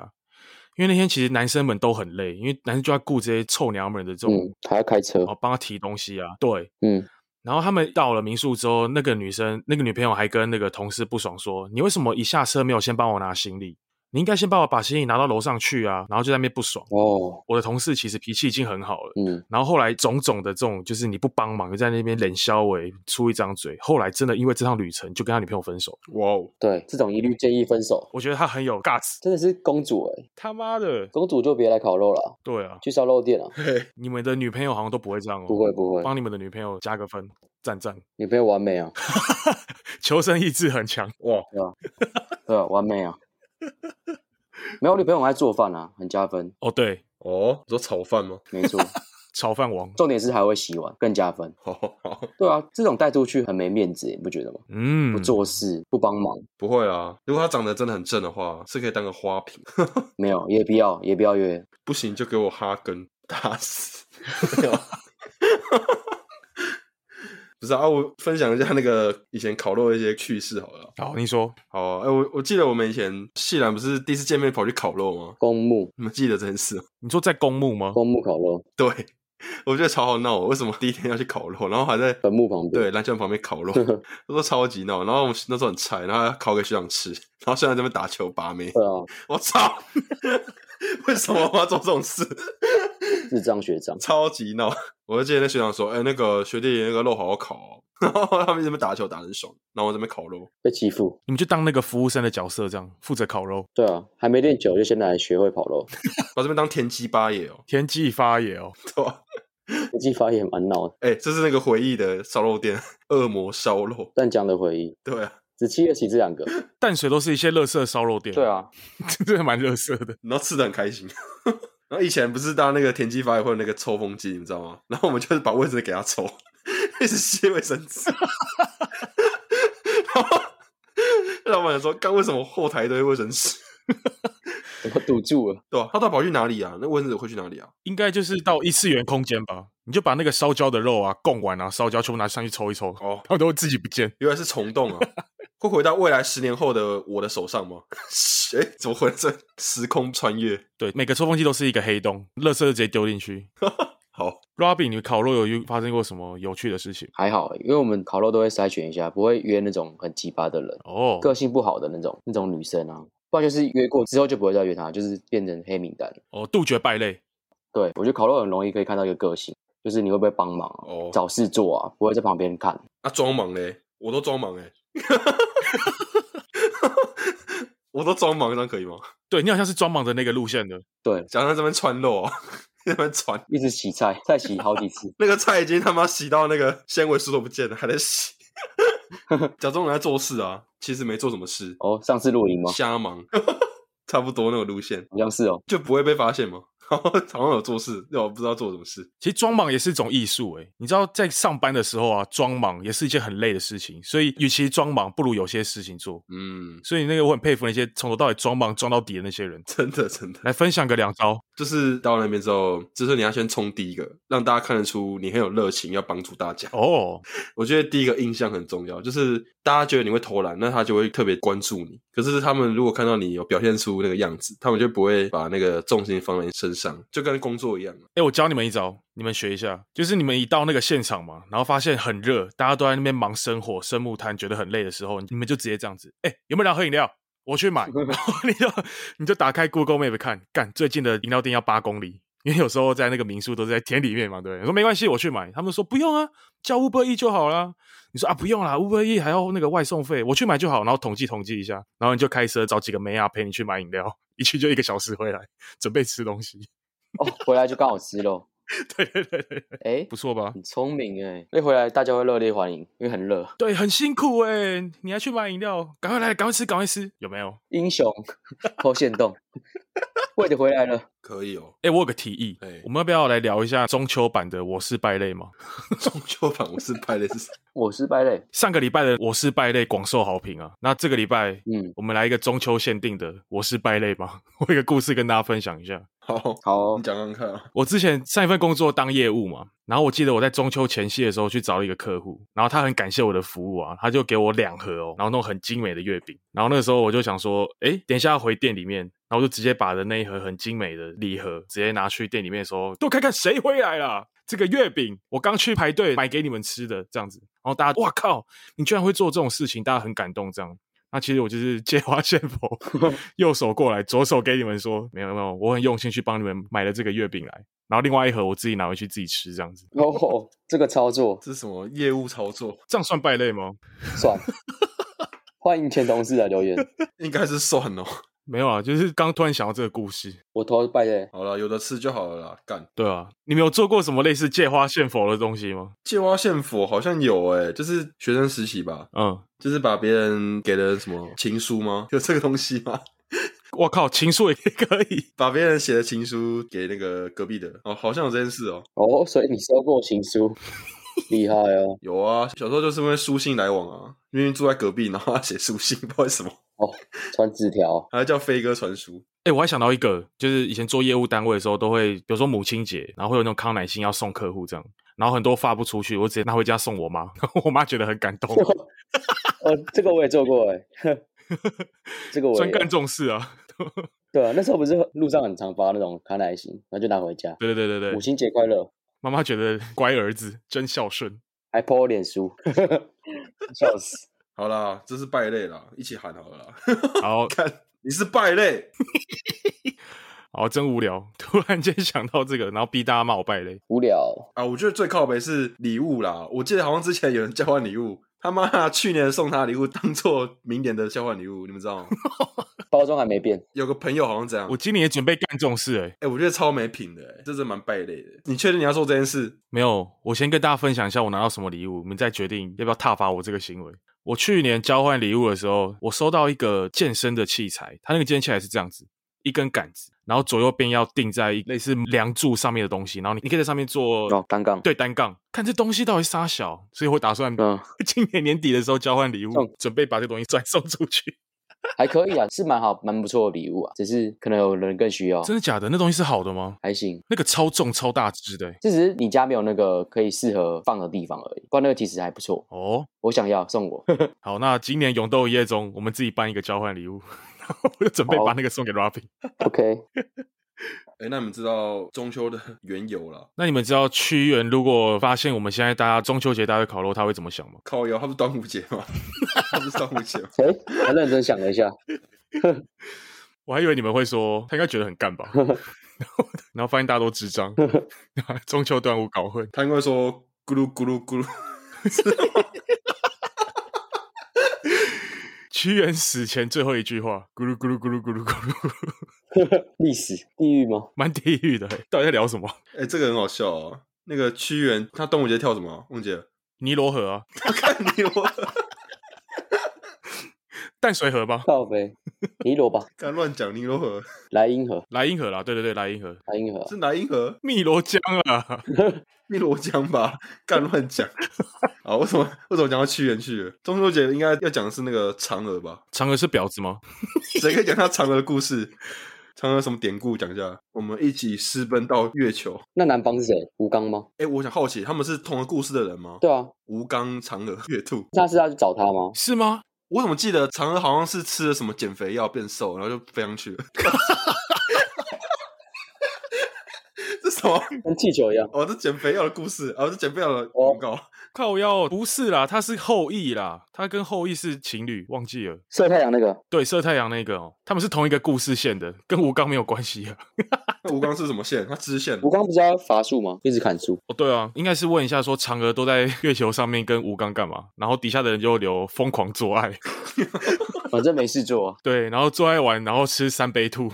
Speaker 2: 因为那天其实男生们都很累，因为男生就要顾这些臭娘们的这种，
Speaker 3: 嗯，还要开车
Speaker 2: 然，后帮他提东西啊，对。
Speaker 3: 嗯，
Speaker 2: 然后他们到了民宿之后，那个女生、那个女朋友还跟那个同事不爽说：“你为什么一下车没有先帮我拿行李？你应该先帮我把行李拿到楼上去啊！”然后就在那边不爽。
Speaker 3: 哦，
Speaker 2: 我的同事其实脾气已经很好了，
Speaker 3: 嗯，
Speaker 2: 然后后来种种的这种，就是你不帮忙，就在那边冷消委出一张嘴。后来真的因为这趟旅程，就跟他女朋友分手。
Speaker 1: 哇哦，
Speaker 3: 对，这种一律建议分手，
Speaker 2: 我觉得他很有 guts。
Speaker 3: 真的是公主哎，
Speaker 2: 他妈的，
Speaker 3: 公主就别来烤肉了，
Speaker 2: 对啊，
Speaker 3: 去烧肉 店啊，
Speaker 1: 嘿，
Speaker 2: 你们的女朋友好像都不会这样哦。
Speaker 3: 不会不会，
Speaker 2: 帮你们的女朋友加个分，赞赞。
Speaker 3: 女朋友完 美啊，
Speaker 2: 求生意志很强，
Speaker 1: 哇，
Speaker 3: 对啊，完美啊，没有我女朋友很爱做饭啊，很加分，
Speaker 2: 哦对，
Speaker 1: 哦，你说炒饭 吗？
Speaker 3: 没 错，
Speaker 2: 炒饭王。
Speaker 3: 重点是还会洗碗，更加分，
Speaker 1: 好好，
Speaker 3: 对啊，这种带出去很没面子，你不觉得吗？
Speaker 2: 嗯
Speaker 3: 不，做事不帮忙，
Speaker 1: 不会啦。如果他长得真的很正的话，是可以当个花瓶。
Speaker 3: 没有也不要也不要约，
Speaker 1: 不行就给我哈根打死。没有不是啊，我分享一下那个以前烤肉的一些趣事好了。
Speaker 2: 好，你说
Speaker 1: 好啊，哎、我我记得我们以前细兰不是第一次见面跑去烤肉吗？
Speaker 3: 公墓
Speaker 1: 你们记得这件事吗？
Speaker 2: 你说在公墓吗？
Speaker 3: 公墓烤肉，
Speaker 1: 对，我觉得超好闹哦。为什么第一天要去烤肉，然后还在
Speaker 3: 坟墓旁边，
Speaker 1: 对篮球场旁边烤肉，我说超级闹。然后我们那时候很菜，然后还烤给学长吃，然后学长在那边打球把妹，
Speaker 3: 对啊，
Speaker 1: 我操！ 为什么我要做这种事？
Speaker 3: 智障学长，
Speaker 1: 超级闹。我就记得那学长说：“哎、那个学弟，那个肉好好烤、哦。” 然后他们这边打球打得很爽，然后我这边烤肉。
Speaker 3: 被欺负，
Speaker 2: 你们就当那个服务生的角色，这样负责烤肉，
Speaker 3: 对啊，还没练久就先来学会跑楼，
Speaker 1: 把这边当田鸡巴也哦，
Speaker 2: 田忌发也哦。
Speaker 1: 对吧？
Speaker 3: 国际法也蛮闹的，
Speaker 1: 哎、这是那个回忆的烧肉店，恶魔烧肉，
Speaker 3: 但讲的回忆，
Speaker 1: 对啊，
Speaker 3: 只吃得起这两个。
Speaker 2: 淡水都是一些垃圾烧肉店，
Speaker 3: 对，啊，
Speaker 2: 真的蛮垃圾的。
Speaker 1: 然后吃的很开心。 然后以前不是当那个田鸡法也会有那个抽风机，你知道吗？然后我们就是把卫生纸给他抽， 一直吸卫生纸。 然后老板就说：“刚为什么后台一堆卫生纸？
Speaker 3: 怎么堵住了？
Speaker 1: 对吧、他到底跑去哪里啊？那卫生纸会去哪里啊？
Speaker 2: 应该就是到异次元空间吧，你就把那个烧焦的肉啊、贡丸啊、烧焦全部拿上去抽一抽，
Speaker 1: 哦，
Speaker 2: 它们都会自己不见。
Speaker 1: 原来是虫洞啊！会回到未来十年后的我的手上吗？ 哎、怎么回这时空穿越？
Speaker 2: 对，每个抽风机都是一个黑洞，垃圾就直接丢进去。
Speaker 1: 好，
Speaker 2: Robin，你烤肉有遇发生过什么有趣的事情？
Speaker 3: 还好，欸因为我们烤肉都会筛选一下，不会约那种很奇葩的人，
Speaker 2: 哦，
Speaker 3: 个性不好的那种那种女生啊，不然就是约过之后就不会再约她，就是变成黑名单。
Speaker 2: 哦，杜绝败类。
Speaker 3: 对，我觉得烤肉很容易可以看到一个个性，就是你会不会帮忙啊、
Speaker 1: 哦
Speaker 3: 找事做啊，不会在旁边看。
Speaker 1: 啊，装忙嘞，我都装忙哎， 我都装忙，这样可以吗？
Speaker 2: 对你好像是装忙的那个路线的，
Speaker 3: 对，
Speaker 1: 假装在这边穿肉啊， 在那边穿，。
Speaker 3: 一直洗菜，再洗好几次
Speaker 1: 那个菜已经他妈洗到那个纤维素都不见了，还在洗，假装我在做事啊，其实没做什么事，
Speaker 3: 哦，上次露营吗？
Speaker 1: 瞎忙， 差不多那种路线
Speaker 3: 好像是 哦。
Speaker 1: 就不会被发现吗？ 好像有做事，但我不知道做什么事。
Speaker 2: 其实装忙也是一种艺术诶、你知道在上班的时候啊，装忙也是一件很累的事情，所以与其装忙，不如有些事情做。
Speaker 1: 嗯，
Speaker 2: 所以那个我很佩服那些从头到尾装忙装到底的那些人，
Speaker 1: 真的真的，
Speaker 2: 来分享个两招。
Speaker 1: 就是到那边之后，就是你要先冲第一个，让大家看得出你很有热情，要帮助大家。
Speaker 2: 哦，
Speaker 1: 我觉得第一个印象很重要，就是大家觉得你会投篮，那他就会特别关注你。可是他们如果看到你有表现出那个样子，他们就不会把那个重心放在你身上，就跟工作一样啊。
Speaker 2: 哎、我教你们一招，你们学一下。就是你们一到那个现场嘛，然后发现很热，大家都在那边忙生火、生木炭，觉得很累的时候，你们就直接这样子：哎、有没有人要喝饮料？我去买。然后你就 你就打开 Google Map 看，干最近的饮料店要八公里，因为有时候在那个民宿都是在田里面嘛，对不对？我说没关系，我去买。他们说不用啊，叫 Uber E 就好啦。你说啊，不用啦，Uber E 还要那个外送费，我去买就好。然后统计统计一下，然后你就开车找几个妹啊陪你去买饮料， 一去就一个小时回来，准备吃东西。
Speaker 3: 哦，回来就刚好吃肉。
Speaker 2: 对对对对，对
Speaker 3: 哎
Speaker 2: 不，错吧？
Speaker 3: 很聪明哎，一回来大家会热烈欢迎，因为很热。
Speaker 2: 对，很辛苦哎、你还去买饮料，赶快来，赶快吃，赶快吃，有没有？
Speaker 3: 英雄偷线洞，为的回来了。
Speaker 1: 可以哦，
Speaker 2: 哎、我有个提议
Speaker 1: 哎，
Speaker 2: 我们要不要来聊一下中秋版的《我是败类》吗？
Speaker 1: 中秋版我是拍的是
Speaker 3: 我是败类，
Speaker 2: 上个礼拜的《我是败类》广受好评啊，那这个礼拜，
Speaker 3: 嗯，
Speaker 2: 我们来一个中秋限定的《我是败类》吗？ 我有一个故事跟大家分享一下。
Speaker 1: 好，
Speaker 3: 好哦、
Speaker 1: 你讲讲看啊。
Speaker 2: 我之前上一份工作当业务嘛，然后我记得我在中秋前夕的时候去找了一个客户，然后他很感谢我的服务啊，他就给我两盒哦，然后那种很精美的月饼，然后那个时候我就想说，诶，等一下要回店里面，然后我就直接把的那一盒很精美的礼盒直接拿去店里面说，都看看谁回来啦。这个月饼我刚去排队买给你们吃的，这样子，然后大家哇靠，你居然会做这种事情，大家很感动这样。那其实我就是 借花献佛，右手过来，左手给你们说，没有没有，我很用心去帮你们买了这个月饼来，然后另外一盒我自己拿回去自己吃，这样子，
Speaker 3: 哦，这个操作
Speaker 1: 这是什么业务操作？
Speaker 2: 这样算败类吗？
Speaker 3: 算。欢迎前同事来留言，
Speaker 1: 应该是算哦。
Speaker 2: 没有啊，就是刚突然想到这个故事。
Speaker 3: 我投败类。
Speaker 1: 好了，有的吃就好了啦。干
Speaker 2: 对啊，你们有做过什么类似借花献佛的东西吗？
Speaker 1: 借花献佛好像有诶、就是学生实习吧，
Speaker 2: 嗯，
Speaker 1: 就是把别人给的什么情书吗？有这个东西吗？
Speaker 2: 我靠，情书也可以。
Speaker 1: 把别人写的情书给那个隔壁的哦，好像有这件事哦。
Speaker 3: 哦，所以你收过情书，厉害哦！
Speaker 1: 有啊，小时候就是因为书信来往啊，明明住在隔壁，然后他写书信，不知道为什么，
Speaker 3: 传纸 条，
Speaker 1: 还叫飞哥传书。
Speaker 2: 哎、我还想到一个，就是以前做业务单位的时候，都会比如说母亲节，然后会有那种康乃馨要送客户这样，然后很多发不出去，我直接拿回家送我妈， 我妈觉得很感动，
Speaker 3: 呃，这个我也做过 哎，这个我
Speaker 2: 专
Speaker 3: 也
Speaker 2: 干这种事啊。
Speaker 3: 对啊，那时候不是路上很常发那种康乃馨，然后就拿回家。
Speaker 2: 对对对对
Speaker 3: 母
Speaker 2: 对，
Speaker 3: 亲节快乐，
Speaker 2: 妈妈觉得乖儿子真孝顺。
Speaker 3: 还 po 我脸书， 笑死！
Speaker 1: 好啦，这是败类啦，一起喊好了啦。
Speaker 2: 好
Speaker 1: 看你是败类，
Speaker 2: 好，真无聊，突然间想到这个，然后逼大家骂我败类。
Speaker 3: 无聊，
Speaker 1: 啊，我觉得最靠北是礼物啦。我记得好像之前有人交换礼物，他妈、去年送他礼物当做明年的交换礼物，你们知道吗？
Speaker 3: 包装还没变，
Speaker 1: 有个朋友好像这样，
Speaker 2: 我
Speaker 1: 我
Speaker 2: 今年也准备干这种事、欸，
Speaker 1: 哎、我觉得超没品的、欸，这真蛮败类的。你确定你要做这件事？
Speaker 2: 没有，我先跟大家分享一下我拿到什么礼物，你们再决定要不要挞伐我这个行为。我去年交换礼物的时候，我收到一个健身的器材，它那个健身器材是这样子，一根杆子，然后左右边要钉在类似梁柱上面的东西，然后你你可以在上面做
Speaker 3: 哦，单杠，，
Speaker 2: 对单杠。看这东西到底啥小，所以我打算
Speaker 3: 嗯，
Speaker 2: 今年年底的时候交换礼物
Speaker 3: 送，
Speaker 2: 准备把这东西 转送出去。
Speaker 3: 还可以啊，是蛮好，蛮不错的礼物啊，只是可能有人更需要，
Speaker 2: 真的假的？那东西是好的吗？
Speaker 3: 还行。
Speaker 2: 那个超重超大只的欸、
Speaker 3: 这只是你家没有那个可以适合放的地方而已，不然那个其实还不错。
Speaker 2: 哦。
Speaker 3: 我想要送 我，哎
Speaker 2: 好，那今年勇斗一夜中，我们自己办一个交换礼物， 然后我就准备
Speaker 3: 好
Speaker 2: 把那个送给 Robin。
Speaker 3: OK，
Speaker 1: 哎、那你们知道中秋的 缘由啦？
Speaker 2: 那你们知道屈原如果发现我们现在大家中秋节大家在烤肉，他会怎么想吗？
Speaker 1: 靠腰，他不是端午节吗？ 他不是端午节吗？
Speaker 3: 哎、我认真想了一下，
Speaker 2: 我还以为你们会说他应该觉得很干吧，然后然后发现大家都智障，中秋端午搞混。
Speaker 1: 他应该说咕噜咕噜咕噜。
Speaker 2: 屈原死前最后一句话：咕噜咕噜咕噜咕噜咕噜，
Speaker 3: 历史地狱吗？
Speaker 2: 蛮地狱的欸。到底在聊什么？
Speaker 1: 哎、这个很好笑哦。那个屈原，他端午节跳什么啊？梦姐，
Speaker 2: 尼罗河啊，
Speaker 1: 他看你我，
Speaker 2: 淡水河吧，
Speaker 3: 靠呗，尼罗吧，
Speaker 1: 敢乱讲尼罗河，
Speaker 3: 莱茵河，
Speaker 2: 莱茵河啦，对对对，莱茵河，
Speaker 3: 莱茵河啊，
Speaker 1: 是哪一河？
Speaker 2: 汨罗江啊。
Speaker 1: 汨罗江吧？敢乱讲 啊？为什么为什么讲到屈原去了？中秋节应该要讲的是那个嫦娥吧？
Speaker 2: 嫦娥是婊子吗？
Speaker 1: 谁可以讲下嫦娥的故事？嫦娥什么典故？讲一下。我们一起私奔到月球。
Speaker 3: 那南方是谁？吴刚吗？
Speaker 1: 哎、我想好奇，他们是同一个故事的人吗？
Speaker 3: 对啊，
Speaker 1: 吴刚、嫦娥、月兔。
Speaker 3: 那是要去找他吗？
Speaker 2: 是吗？
Speaker 1: 我怎么记得嫦娥好像是吃了什么减肥药变瘦，然后就飞上去了？这什么？
Speaker 3: 跟气球一样，
Speaker 1: 哦，这减肥药的故事，哦，这减肥药的广告。
Speaker 2: 靠腰哦不是啦，他是后羿啦，他跟后羿是情侣，忘记了。
Speaker 3: 射太阳那个
Speaker 2: 对，射太阳那个哦，他们是同一个故事线的，跟吴刚没有关系啊。
Speaker 1: 那吴刚是什么线？他支线。
Speaker 3: 吴刚不是要伐树吗？一直砍树，
Speaker 2: 哦，对啊，应该是问一下说嫦娥都在 月球上面跟吴刚干嘛，然后底下的人就留疯狂做爱，
Speaker 3: 反正没事做啊。
Speaker 2: 对，然后做爱完然后吃三杯兔，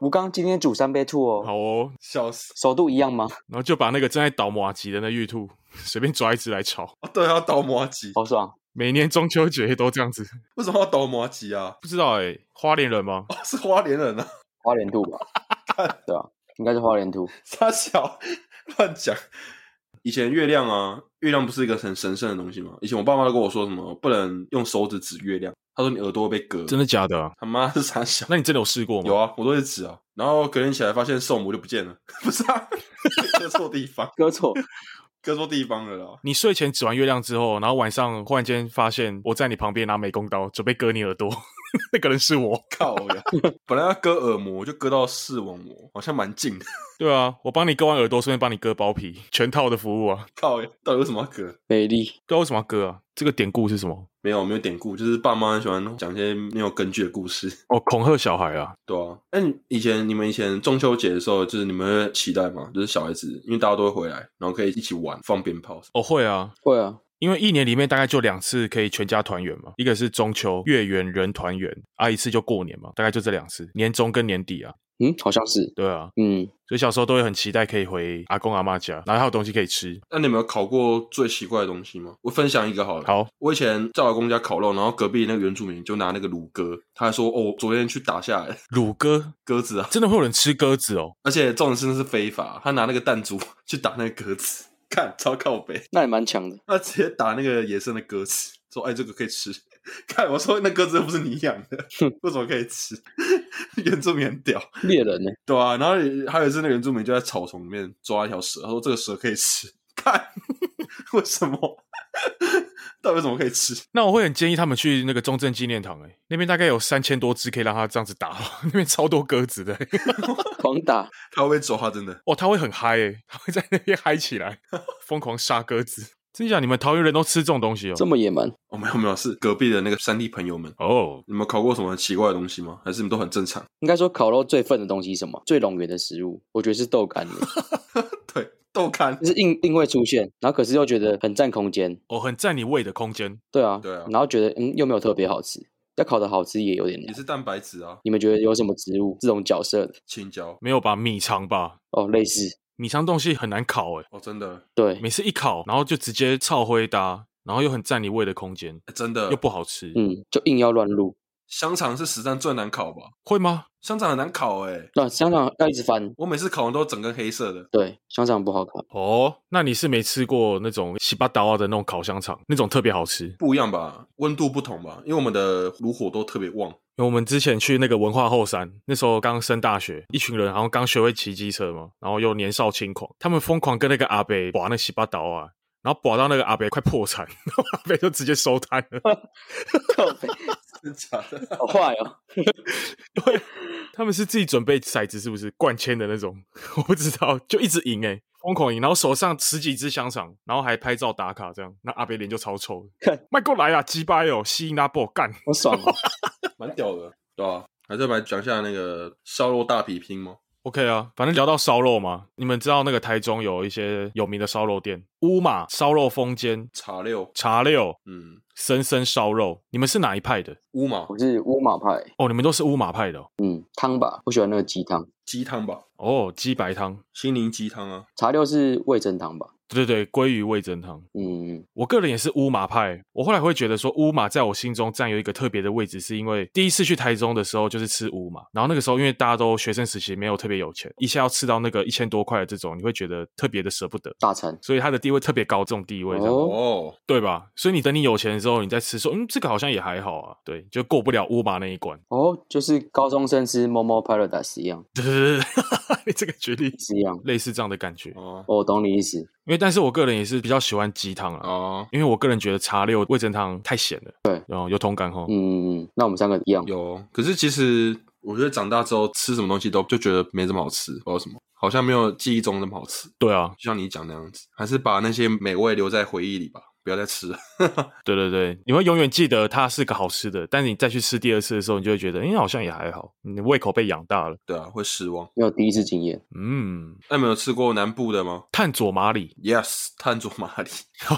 Speaker 3: 吴刚今天煮三杯 兔
Speaker 2: 好
Speaker 3: 哦，
Speaker 2: 哦，
Speaker 1: 笑死！
Speaker 3: 首度一样吗？
Speaker 2: 然后就把那个正在倒马吉的那玉兔随便抓一只来炒。
Speaker 1: 哦，对，还要倒麻吉。
Speaker 3: 好爽，
Speaker 2: 每年中秋节都这样子，
Speaker 1: 为什么要倒麻吉啊？
Speaker 2: 不知道哎、花莲人吗？
Speaker 1: 哦，是花莲人啊，
Speaker 3: 花莲兔 吧？对啊，应该是花莲 兔。
Speaker 1: 傻小乱讲。以前月亮啊，月亮不是一个很神圣的东西吗？以前我爸妈都跟我说什么不能用手指指月亮，他说你耳朵会被割。
Speaker 2: 真的假的啊？
Speaker 1: 他妈是傻小。
Speaker 2: 那你真的有试过吗？
Speaker 1: 有啊，我都是指啊，然后隔天起来发现圣母就不见了， 不是啊，割错地方，
Speaker 3: 割错，
Speaker 1: 割错地方了啦。
Speaker 2: 你睡前指完月亮之后，然后晚上忽然间发现我在你旁边拿美工刀准备割你耳朵， 那个人是我。
Speaker 1: 靠呀！ 本来要割耳膜，就割到视网膜，好像蛮近的。
Speaker 2: 对啊，我帮你割完耳朵，顺便帮你割包皮，全套的服务啊。
Speaker 1: 靠呀！到底为什么要割？
Speaker 3: 美丽。
Speaker 2: 对啊，为什么要割啊？这个典故是什么？
Speaker 1: 没有，没有典故，就是爸妈很喜欢讲一些没有根据的故事，
Speaker 2: 哦，恐吓小孩啊。
Speaker 1: 对啊。那你以前你们以前中秋节的时候，就是你们会期待吗？就是小孩子，因为大家都会回来，然后可以一起玩，放鞭炮。
Speaker 2: 哦，会啊，
Speaker 3: 会啊，
Speaker 2: 因为一年里面大概就两次可以全家团圆嘛，一个是中秋月圆人团圆啊，一次就过年嘛，大概就这两次，年中跟年底啊。
Speaker 3: 嗯，好像是，
Speaker 2: 对啊，
Speaker 3: 嗯，
Speaker 2: 所以小时候都会很期待可以回阿公阿妈家，然后还有东西可以吃。
Speaker 1: 那你们有烤过最奇怪的东西吗？我分享一个好了。
Speaker 2: 好，
Speaker 1: 我以前在我公家烤肉，然后隔壁那个原住民就拿那个乳鸽，他还说：“哦，我昨天去打下来
Speaker 2: 乳鸽
Speaker 1: 鸽子啊
Speaker 2: 真的会有人吃鸽子哦。！”
Speaker 1: 而且重点是那是非法，他拿那个弹珠 去打那个鸽子，看超靠北，
Speaker 3: 那也蛮强的。
Speaker 1: 他直接打那个野生的鸽子，说：“哎，这个可以吃。” 看我说那鸽子又不是你养的，为什么可以吃？ 原住民很屌，
Speaker 3: 猎人呢、
Speaker 1: 对啊。然后还有一次，那个原住民就在草丛里面抓一条蛇，他说：“这个蛇可以吃。”看 为什么？ 到底为什么可以吃？
Speaker 2: 那我会很建议他们去那个中正纪念堂、欸，哎，那边大概有三千多只可以让他这样子打， 那边超多鸽子的、欸，
Speaker 3: 狂打，
Speaker 1: 他会被抓，真的。
Speaker 2: 哇，他会很嗨、欸，他会在那边嗨起 来，疯狂杀鸽子。真假？你们桃园人都吃这种东西哦
Speaker 3: 这？么野蛮，
Speaker 1: 哦，没有没有，是隔壁的那个山地朋友们。
Speaker 2: 哦，
Speaker 1: 你们烤过什么很奇怪的东西吗？还是你们都很正常？
Speaker 3: 应该说烤肉最愤的东西是什么？最拢圆的食物，我觉得是豆干的，
Speaker 1: 对，豆干
Speaker 3: 就。是硬硬会出现，然后可是又觉得很占空间，
Speaker 2: 哦，很占你胃的空间。
Speaker 3: 对啊，
Speaker 1: 对啊
Speaker 3: 然后觉得嗯又没有特别好吃，要烤的好吃也有点
Speaker 1: 也
Speaker 3: 难。
Speaker 1: 是蛋白质啊，
Speaker 3: 你们觉得有什么植物这种角色的？
Speaker 1: 青椒
Speaker 2: 没有吧？米肠吧？
Speaker 3: 哦，类似，
Speaker 2: 米肠东西很难烤、欸，
Speaker 1: 哦，真的
Speaker 3: 对，
Speaker 2: 每次一烤，然后就直接炒灰搭。然后又很占你胃的空间，
Speaker 1: 哎真的
Speaker 2: 又不好吃。
Speaker 3: 嗯，就硬要乱录。
Speaker 1: 香肠是史上最难烤吧？
Speaker 2: 会吗？
Speaker 1: 香肠很难烤哎、
Speaker 3: 那香肠要一直翻，
Speaker 1: 我每次烤完都整根黑色的。
Speaker 3: 对，香肠不 好烤。
Speaker 2: 哦，那你是没吃过那种七八刀啊的那种烤香肠，那种特别好吃。
Speaker 1: 不一样吧，温度不同吧，因为我们的炉火都特别旺。
Speaker 2: 因为我们之前去那个文化后山，那时候刚升大学，一群人好像刚学会骑机车嘛，然后又年少轻狂，他们疯狂跟那个阿北把那七八刀啊，然后把到那个阿北快破产， 然后阿北就直接收摊了。
Speaker 3: 靠北
Speaker 1: 真的假的？
Speaker 3: 好 坏哦，
Speaker 2: 对，他们是自己准备骰子，是不是灌签的那种？ 我不知道，就一直赢诶、疯狂赢，然后手上十几只香肠，然后还拍照打卡，这样，那阿北脸就超臭的
Speaker 3: 看。
Speaker 2: 卖过来啊，鸡巴哟，吸引拉布干。
Speaker 3: 好爽哦。
Speaker 1: 蛮屌的，对吧、还是来讲一下那个烧肉大比拼吗？
Speaker 2: OK 啊，反正聊到烧肉嘛，你们知道那个台中有一些有名的烧肉店，乌马烧肉风间、
Speaker 1: 茶六，
Speaker 2: 茶六、
Speaker 1: 嗯，
Speaker 2: 森森烧肉，你们是哪一派的？
Speaker 1: 乌马
Speaker 3: 我是乌马派，
Speaker 2: 哦，你们都是乌马派的哦。
Speaker 3: 嗯，汤吧，我喜欢那个鸡汤。
Speaker 1: 鸡汤吧，
Speaker 2: 哦，鸡白汤，
Speaker 1: 心灵鸡汤啊，
Speaker 3: 茶六是味噌汤吧？
Speaker 2: 对对对，鲑鱼味噌汤。
Speaker 3: 嗯，
Speaker 2: 我个人也是乌马派，我后来会觉得说乌马在我心中占有一个特别的位置，是因为第一次去台中的时候就是吃乌马，然后那个时候因为大家都学生时期没有特别有钱，一下要吃到那个一千多块的这种，你会觉得特别的舍不得，
Speaker 3: 大餐。
Speaker 2: 所以它的地位特别高，这种地位这样。
Speaker 3: 哦
Speaker 1: 哦，
Speaker 2: 对吧？所以你等你有钱的时候，你再吃说，嗯，这个好像也还好啊，对，就过不了乌马那一关。
Speaker 3: 哦，就是高中生吃 Momo Paradise 一样，
Speaker 2: 对对对对，你这个举例
Speaker 3: 是一样。
Speaker 2: 类似这样的感觉。
Speaker 1: 哦，
Speaker 3: 我懂你意思。
Speaker 2: 因为，但是我个人也是比较喜欢鸡汤啊，
Speaker 1: 哦，
Speaker 2: 因为我个人觉得茶六味噌汤太咸了。
Speaker 3: 对，
Speaker 2: 哦，有同感哈。
Speaker 3: 嗯，嗯嗯，那我们三个一样。
Speaker 1: 有。啊可是其实我觉得长大之后吃什么东西都就觉得没这么好吃，不知道为什么，好像没有记忆中那么好吃。
Speaker 2: 对啊，
Speaker 1: 就像你讲那样子，还是把那些美味留在回忆里吧，不要再吃了。
Speaker 2: 对对对，你会永远记得它是个好吃的，但是你再去吃第二次的时候，你就会觉得，哎，好像也还好，你的胃口被养大了。
Speaker 1: 对啊，会失望。
Speaker 3: 没有第一次经验，
Speaker 2: 嗯，
Speaker 1: 那你们有吃过南部的吗
Speaker 2: 探佐马里，
Speaker 1: ？Yes，炭煮麻里，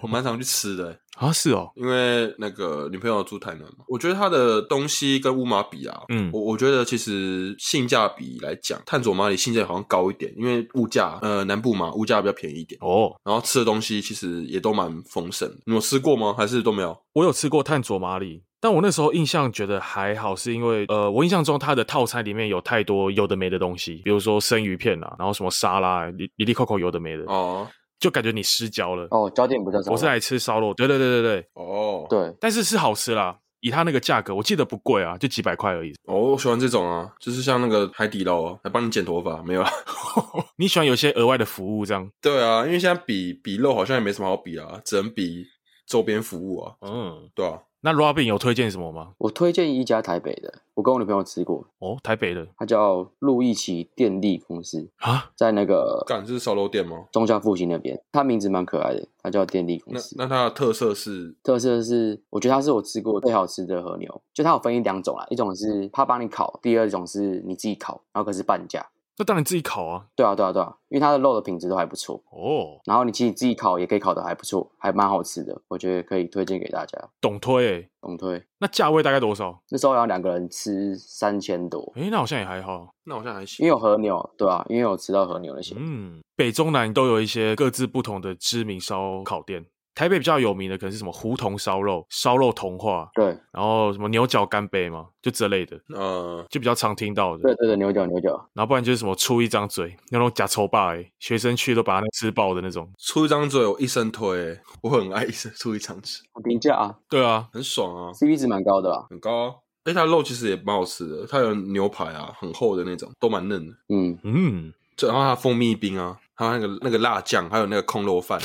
Speaker 1: 我蛮常去吃的、欸
Speaker 2: 啊，是哦，
Speaker 1: 因为那个女朋友住台南嘛，我觉得它的东西跟乌马比啊，
Speaker 2: 嗯
Speaker 1: 我我觉得其实性价比来讲，探索马里性价比好像高一点，因为物价，呃，南部嘛，物价比较便宜一点，
Speaker 2: 哦，
Speaker 1: 然后吃的东西其实也都蛮丰盛的。你有吃过吗？还是都没有？
Speaker 2: 我有吃过碳佐麻里，但我那时候印象觉得还好，是因为呃，我印象中它的套餐里面有太多有的没的东西，比如说生鱼片啊，然后什么沙拉，里里里扣扣有的没的，
Speaker 1: 哦
Speaker 2: 就感觉你失焦了。
Speaker 3: 哦，焦点不在这。
Speaker 2: 我是来吃烧肉，对对对对对，
Speaker 1: 哦，，
Speaker 3: 对，
Speaker 2: 但是是好吃啦，以它那个价格，我记得不贵啊，就几百块而已。
Speaker 1: 哦，我喜欢这种啊，就是像那个海底捞、啊，还帮你剪头发，没有啊？
Speaker 2: 你喜欢有些额外的服务这样？
Speaker 1: 对啊，因为现在比比肉好像也没什么好比啊，只能比周边服务啊，
Speaker 2: 嗯，
Speaker 1: 对啊，
Speaker 2: 那 Robin 有推荐什么吗？
Speaker 3: 我推荐一家台北的，我跟我女朋友吃过，
Speaker 2: 哦，台北的
Speaker 3: 它叫路易奇电力公司，
Speaker 2: 啊，
Speaker 3: 在那个
Speaker 1: 干这是烧肉店吗？
Speaker 3: 中校复兴那边。它名字蛮可爱的，它叫电力公
Speaker 1: 那
Speaker 3: 司。
Speaker 1: 那它的特色是
Speaker 3: 特色是，我觉得它是我吃过最好吃的和牛，就它有分一两种啦，一种是它帮你烤，第二种是你自己烤，然后可是半价。
Speaker 2: 那当然自己烤啊。
Speaker 3: 对啊，对啊，对啊，因为它的肉的品质都还不错，
Speaker 2: 哦，
Speaker 3: 然后你其实自己烤也可以烤的还不错，还蛮好吃的，我觉得可以推荐给大家。
Speaker 2: 懂推、欸，
Speaker 3: 董推
Speaker 2: 那价位大概多少？
Speaker 3: 那时候要两个人吃三千多，
Speaker 2: 诶，那好像也还好。
Speaker 1: 那好像还行
Speaker 3: 因为有和牛，对啊，因为有吃到和牛那些。
Speaker 2: 嗯，北中南都有一些各自不同的知名烧烤店。台北比较有名的可能是什么胡同烧肉、烧肉童话，
Speaker 3: 对
Speaker 2: 然后什么牛角干杯嘛，就这类的，
Speaker 1: 呃，
Speaker 2: 就比较常听到
Speaker 3: 对
Speaker 2: 的。
Speaker 3: 对对，牛角牛角，
Speaker 2: 然后不然就是什么出一张嘴，那种假抽霸、欸，学生去都把那吃爆的那种。
Speaker 1: 出一张嘴，我一生推、我很爱一生出一张嘴，
Speaker 3: 很平价啊
Speaker 2: 对啊，
Speaker 1: 很爽啊，
Speaker 3: ，CP 值蛮高的啦。
Speaker 1: 很高啊。哎、它肉其实也蛮好吃的，它有牛排啊，很厚的那种，都蛮嫩的。
Speaker 3: 嗯，
Speaker 2: 嗯，
Speaker 1: 这然后它蜂蜜冰啊，还有那个那个辣酱，还有那个空肉 饭，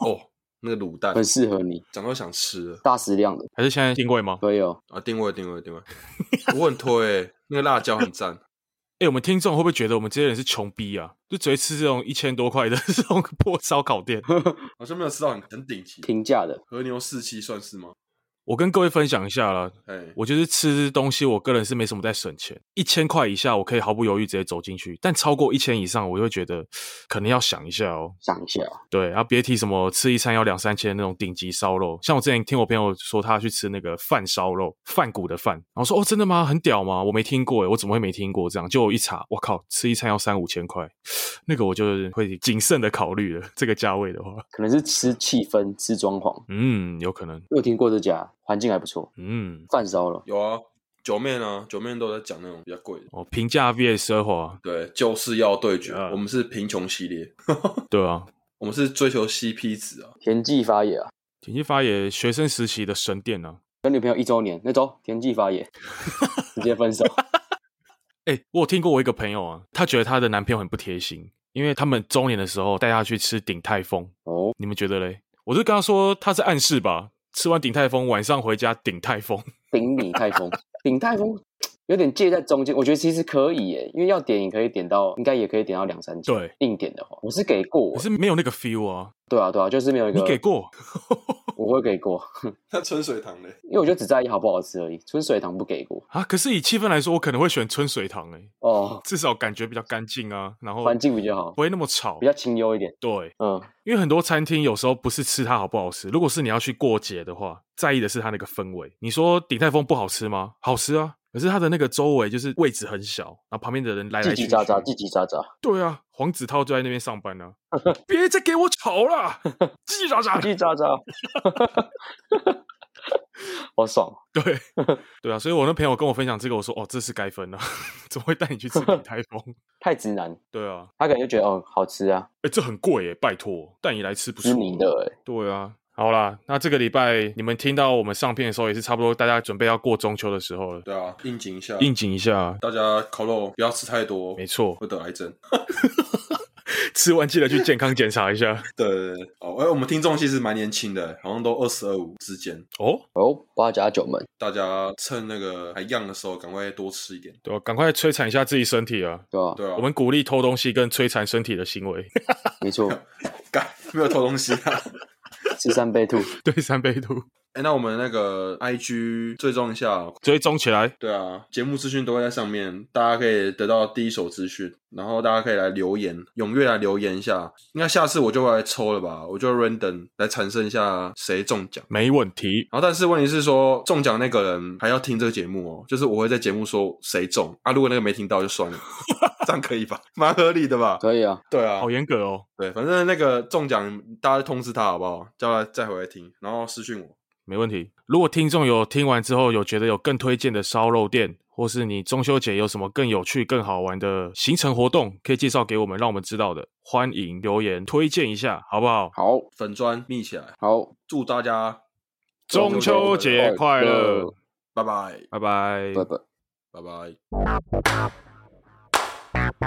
Speaker 1: 哦，那个卤蛋，
Speaker 3: 很适合你，
Speaker 1: 讲到想吃了
Speaker 3: 大食量的，
Speaker 2: 还是现在定位吗？
Speaker 3: 可以哦。
Speaker 1: 啊！定位定位定位，我很推、那个辣椒很赞。
Speaker 2: 哎、我们听众会不会觉得我们这些人是穷逼啊？就只会吃这种一千多块的 这种破烧烤店？
Speaker 1: 好像没有吃到很很顶级
Speaker 3: 平价的，
Speaker 1: 和牛四七算是吗？
Speaker 2: 我跟各位分享一下啦，
Speaker 1: 哎，
Speaker 2: 我就是吃东西，我个人是没什么在省钱，一千块以下我可以毫不犹豫直接走进去，但超过一千以上，我就会觉得可能要想一下哦。
Speaker 3: 想一下，
Speaker 2: 对，然后别提什么吃一餐要两三千那种顶级烧肉，像我之前听我朋友说他去吃那个饭烧肉，饭骨的饭，然后说哦真的吗？很屌吗？我没听过诶，欸我怎么会没听过？这样就我一查，我靠，吃一餐要三五千块， 那个我就是会谨慎的考虑了，这个价位的话，
Speaker 3: 可能是吃气氛、吃装潢。
Speaker 2: 嗯，有可能，
Speaker 3: 我有听过这家，环境还不错，
Speaker 2: 嗯，
Speaker 3: 饭烧了。
Speaker 1: 有啊，九面啊，九面都有在讲那种比较贵的。
Speaker 2: 哦，平价 VS 奢华，
Speaker 1: 对，就是要对决。
Speaker 2: Yeah
Speaker 1: 我们是贫穷系列，
Speaker 2: 对啊，
Speaker 1: 我们是追求 CP 值啊。
Speaker 3: 田忌发也啊，
Speaker 2: 田忌发也学生时期的神殿啊。
Speaker 3: 跟女朋友一周年，那周田忌 发也，直接分手。
Speaker 2: 哎、我有听过我一个朋友啊，她觉得她的男朋友很不贴心，因为他们周年的时候带她去吃鼎泰丰，
Speaker 3: 哦，
Speaker 2: 你们觉得嘞？我就跟她说她在暗示吧，吃完鼎泰丰晚上回家鼎泰丰，
Speaker 3: 顶你泰丰，顶泰丰有点介在中间，我觉得其实可以耶，因为要点也可以点到，应该也可以点到两三千。
Speaker 2: 对，
Speaker 3: 硬点的话，我是给过
Speaker 2: 可，是没有那个 feel 啊，
Speaker 3: 对啊对啊，就是没有一个
Speaker 2: 你给，过，
Speaker 3: 我会给过，
Speaker 1: 那春水堂嘞？
Speaker 3: 因为我就只在意好不好吃而已。春水堂不给过
Speaker 2: 啊，可是以气氛来说，我可能会选春水堂诶、
Speaker 3: 哦，
Speaker 2: 至少感觉比较干净啊，然后
Speaker 3: 环境比较好
Speaker 2: 不，会那么吵
Speaker 3: 比。较清幽一点。
Speaker 2: 对，
Speaker 3: 嗯，
Speaker 2: 因为很多餐厅有时候不是吃它好不好吃，如果是你要去过节的话，在意的是它那个氛围。你说鼎泰丰不好吃吗？好吃啊，可是它的那个周围就是位置很小，然后旁边的人来来
Speaker 3: 叽
Speaker 2: 去
Speaker 3: 叽
Speaker 2: 去。
Speaker 3: 喳喳，叽 叽喳喳，
Speaker 2: 对啊，黄子韬就在那边上班呢、啊，别再给我吵了，叽叽喳喳的。
Speaker 3: 叽叽喳喳，好爽。
Speaker 2: 对，对啊，所以我那朋友跟我分享这个，我说哦，这是该分了、 啊，怎么会带你去吃鼎泰丰？
Speaker 3: 太直男，
Speaker 2: 对啊，
Speaker 3: 他可能就觉得哦好吃啊，
Speaker 2: 哎，这很贵耶，拜托，带你来吃不
Speaker 3: 知
Speaker 2: 是
Speaker 3: 名的哎，
Speaker 2: 对啊，好啦，那这个礼拜你们听到我们上片的时候，也是差不多大家准备要过中秋的时候了，
Speaker 1: 对啊，应景一下，
Speaker 2: 应景一下。啊
Speaker 1: 大家烤肉不要吃太多，
Speaker 2: 没错，
Speaker 1: 会得癌症。
Speaker 2: 吃完记得去健康检查一下
Speaker 1: 对对对，哦，哎、我们听众其实蛮年轻的，好像都二十二五之间。
Speaker 2: 哦。
Speaker 3: 哦八加九门，
Speaker 1: 大家趁那个还 young 的时候，赶快多吃一点。
Speaker 2: 对啊，赶快摧残一下自己身体啊！
Speaker 3: 对吧？
Speaker 1: 对啊，
Speaker 2: 我们鼓励偷东西跟摧残身体的行为。
Speaker 3: 没错，
Speaker 1: 干 没有偷东西啊。
Speaker 3: 吃三杯兔，
Speaker 2: 对，三倍度
Speaker 1: 哎、那我们那个 IG 追踪一下。
Speaker 2: 追踪起来。
Speaker 1: 对啊，节目资讯都会在上面，大家可以得到第一手资讯，然后大家可以来留言，踊跃来留言一下。应该下次我就会来抽了吧，我就 random 来产生一下谁中奖。
Speaker 2: 没问题，
Speaker 1: 然后，但是问题是说，中奖那个人还要听这个节目哦，就是我会在节目说谁中啊，如果那个没听到就算了，这样可以吧？蛮合理的吧？
Speaker 3: 可以啊，
Speaker 1: 对啊
Speaker 2: 好，严格哦。
Speaker 1: 对，反正那个中奖大家通知他好不好？叫他再回来听，然后私讯我。
Speaker 2: 没问题。如果听众有听完之后有觉得有更推荐的烧肉店，或是你中秋节有什么更有趣、更好玩的行程活动，可以介绍给我们，让我们知道的，欢迎留言推荐一下，好不好？
Speaker 3: 好
Speaker 1: 粉砖密起来，
Speaker 3: 好，
Speaker 1: 祝大家
Speaker 2: 中秋节快乐，
Speaker 1: 拜拜，
Speaker 2: 拜拜。
Speaker 3: 拜拜。
Speaker 1: 拜拜。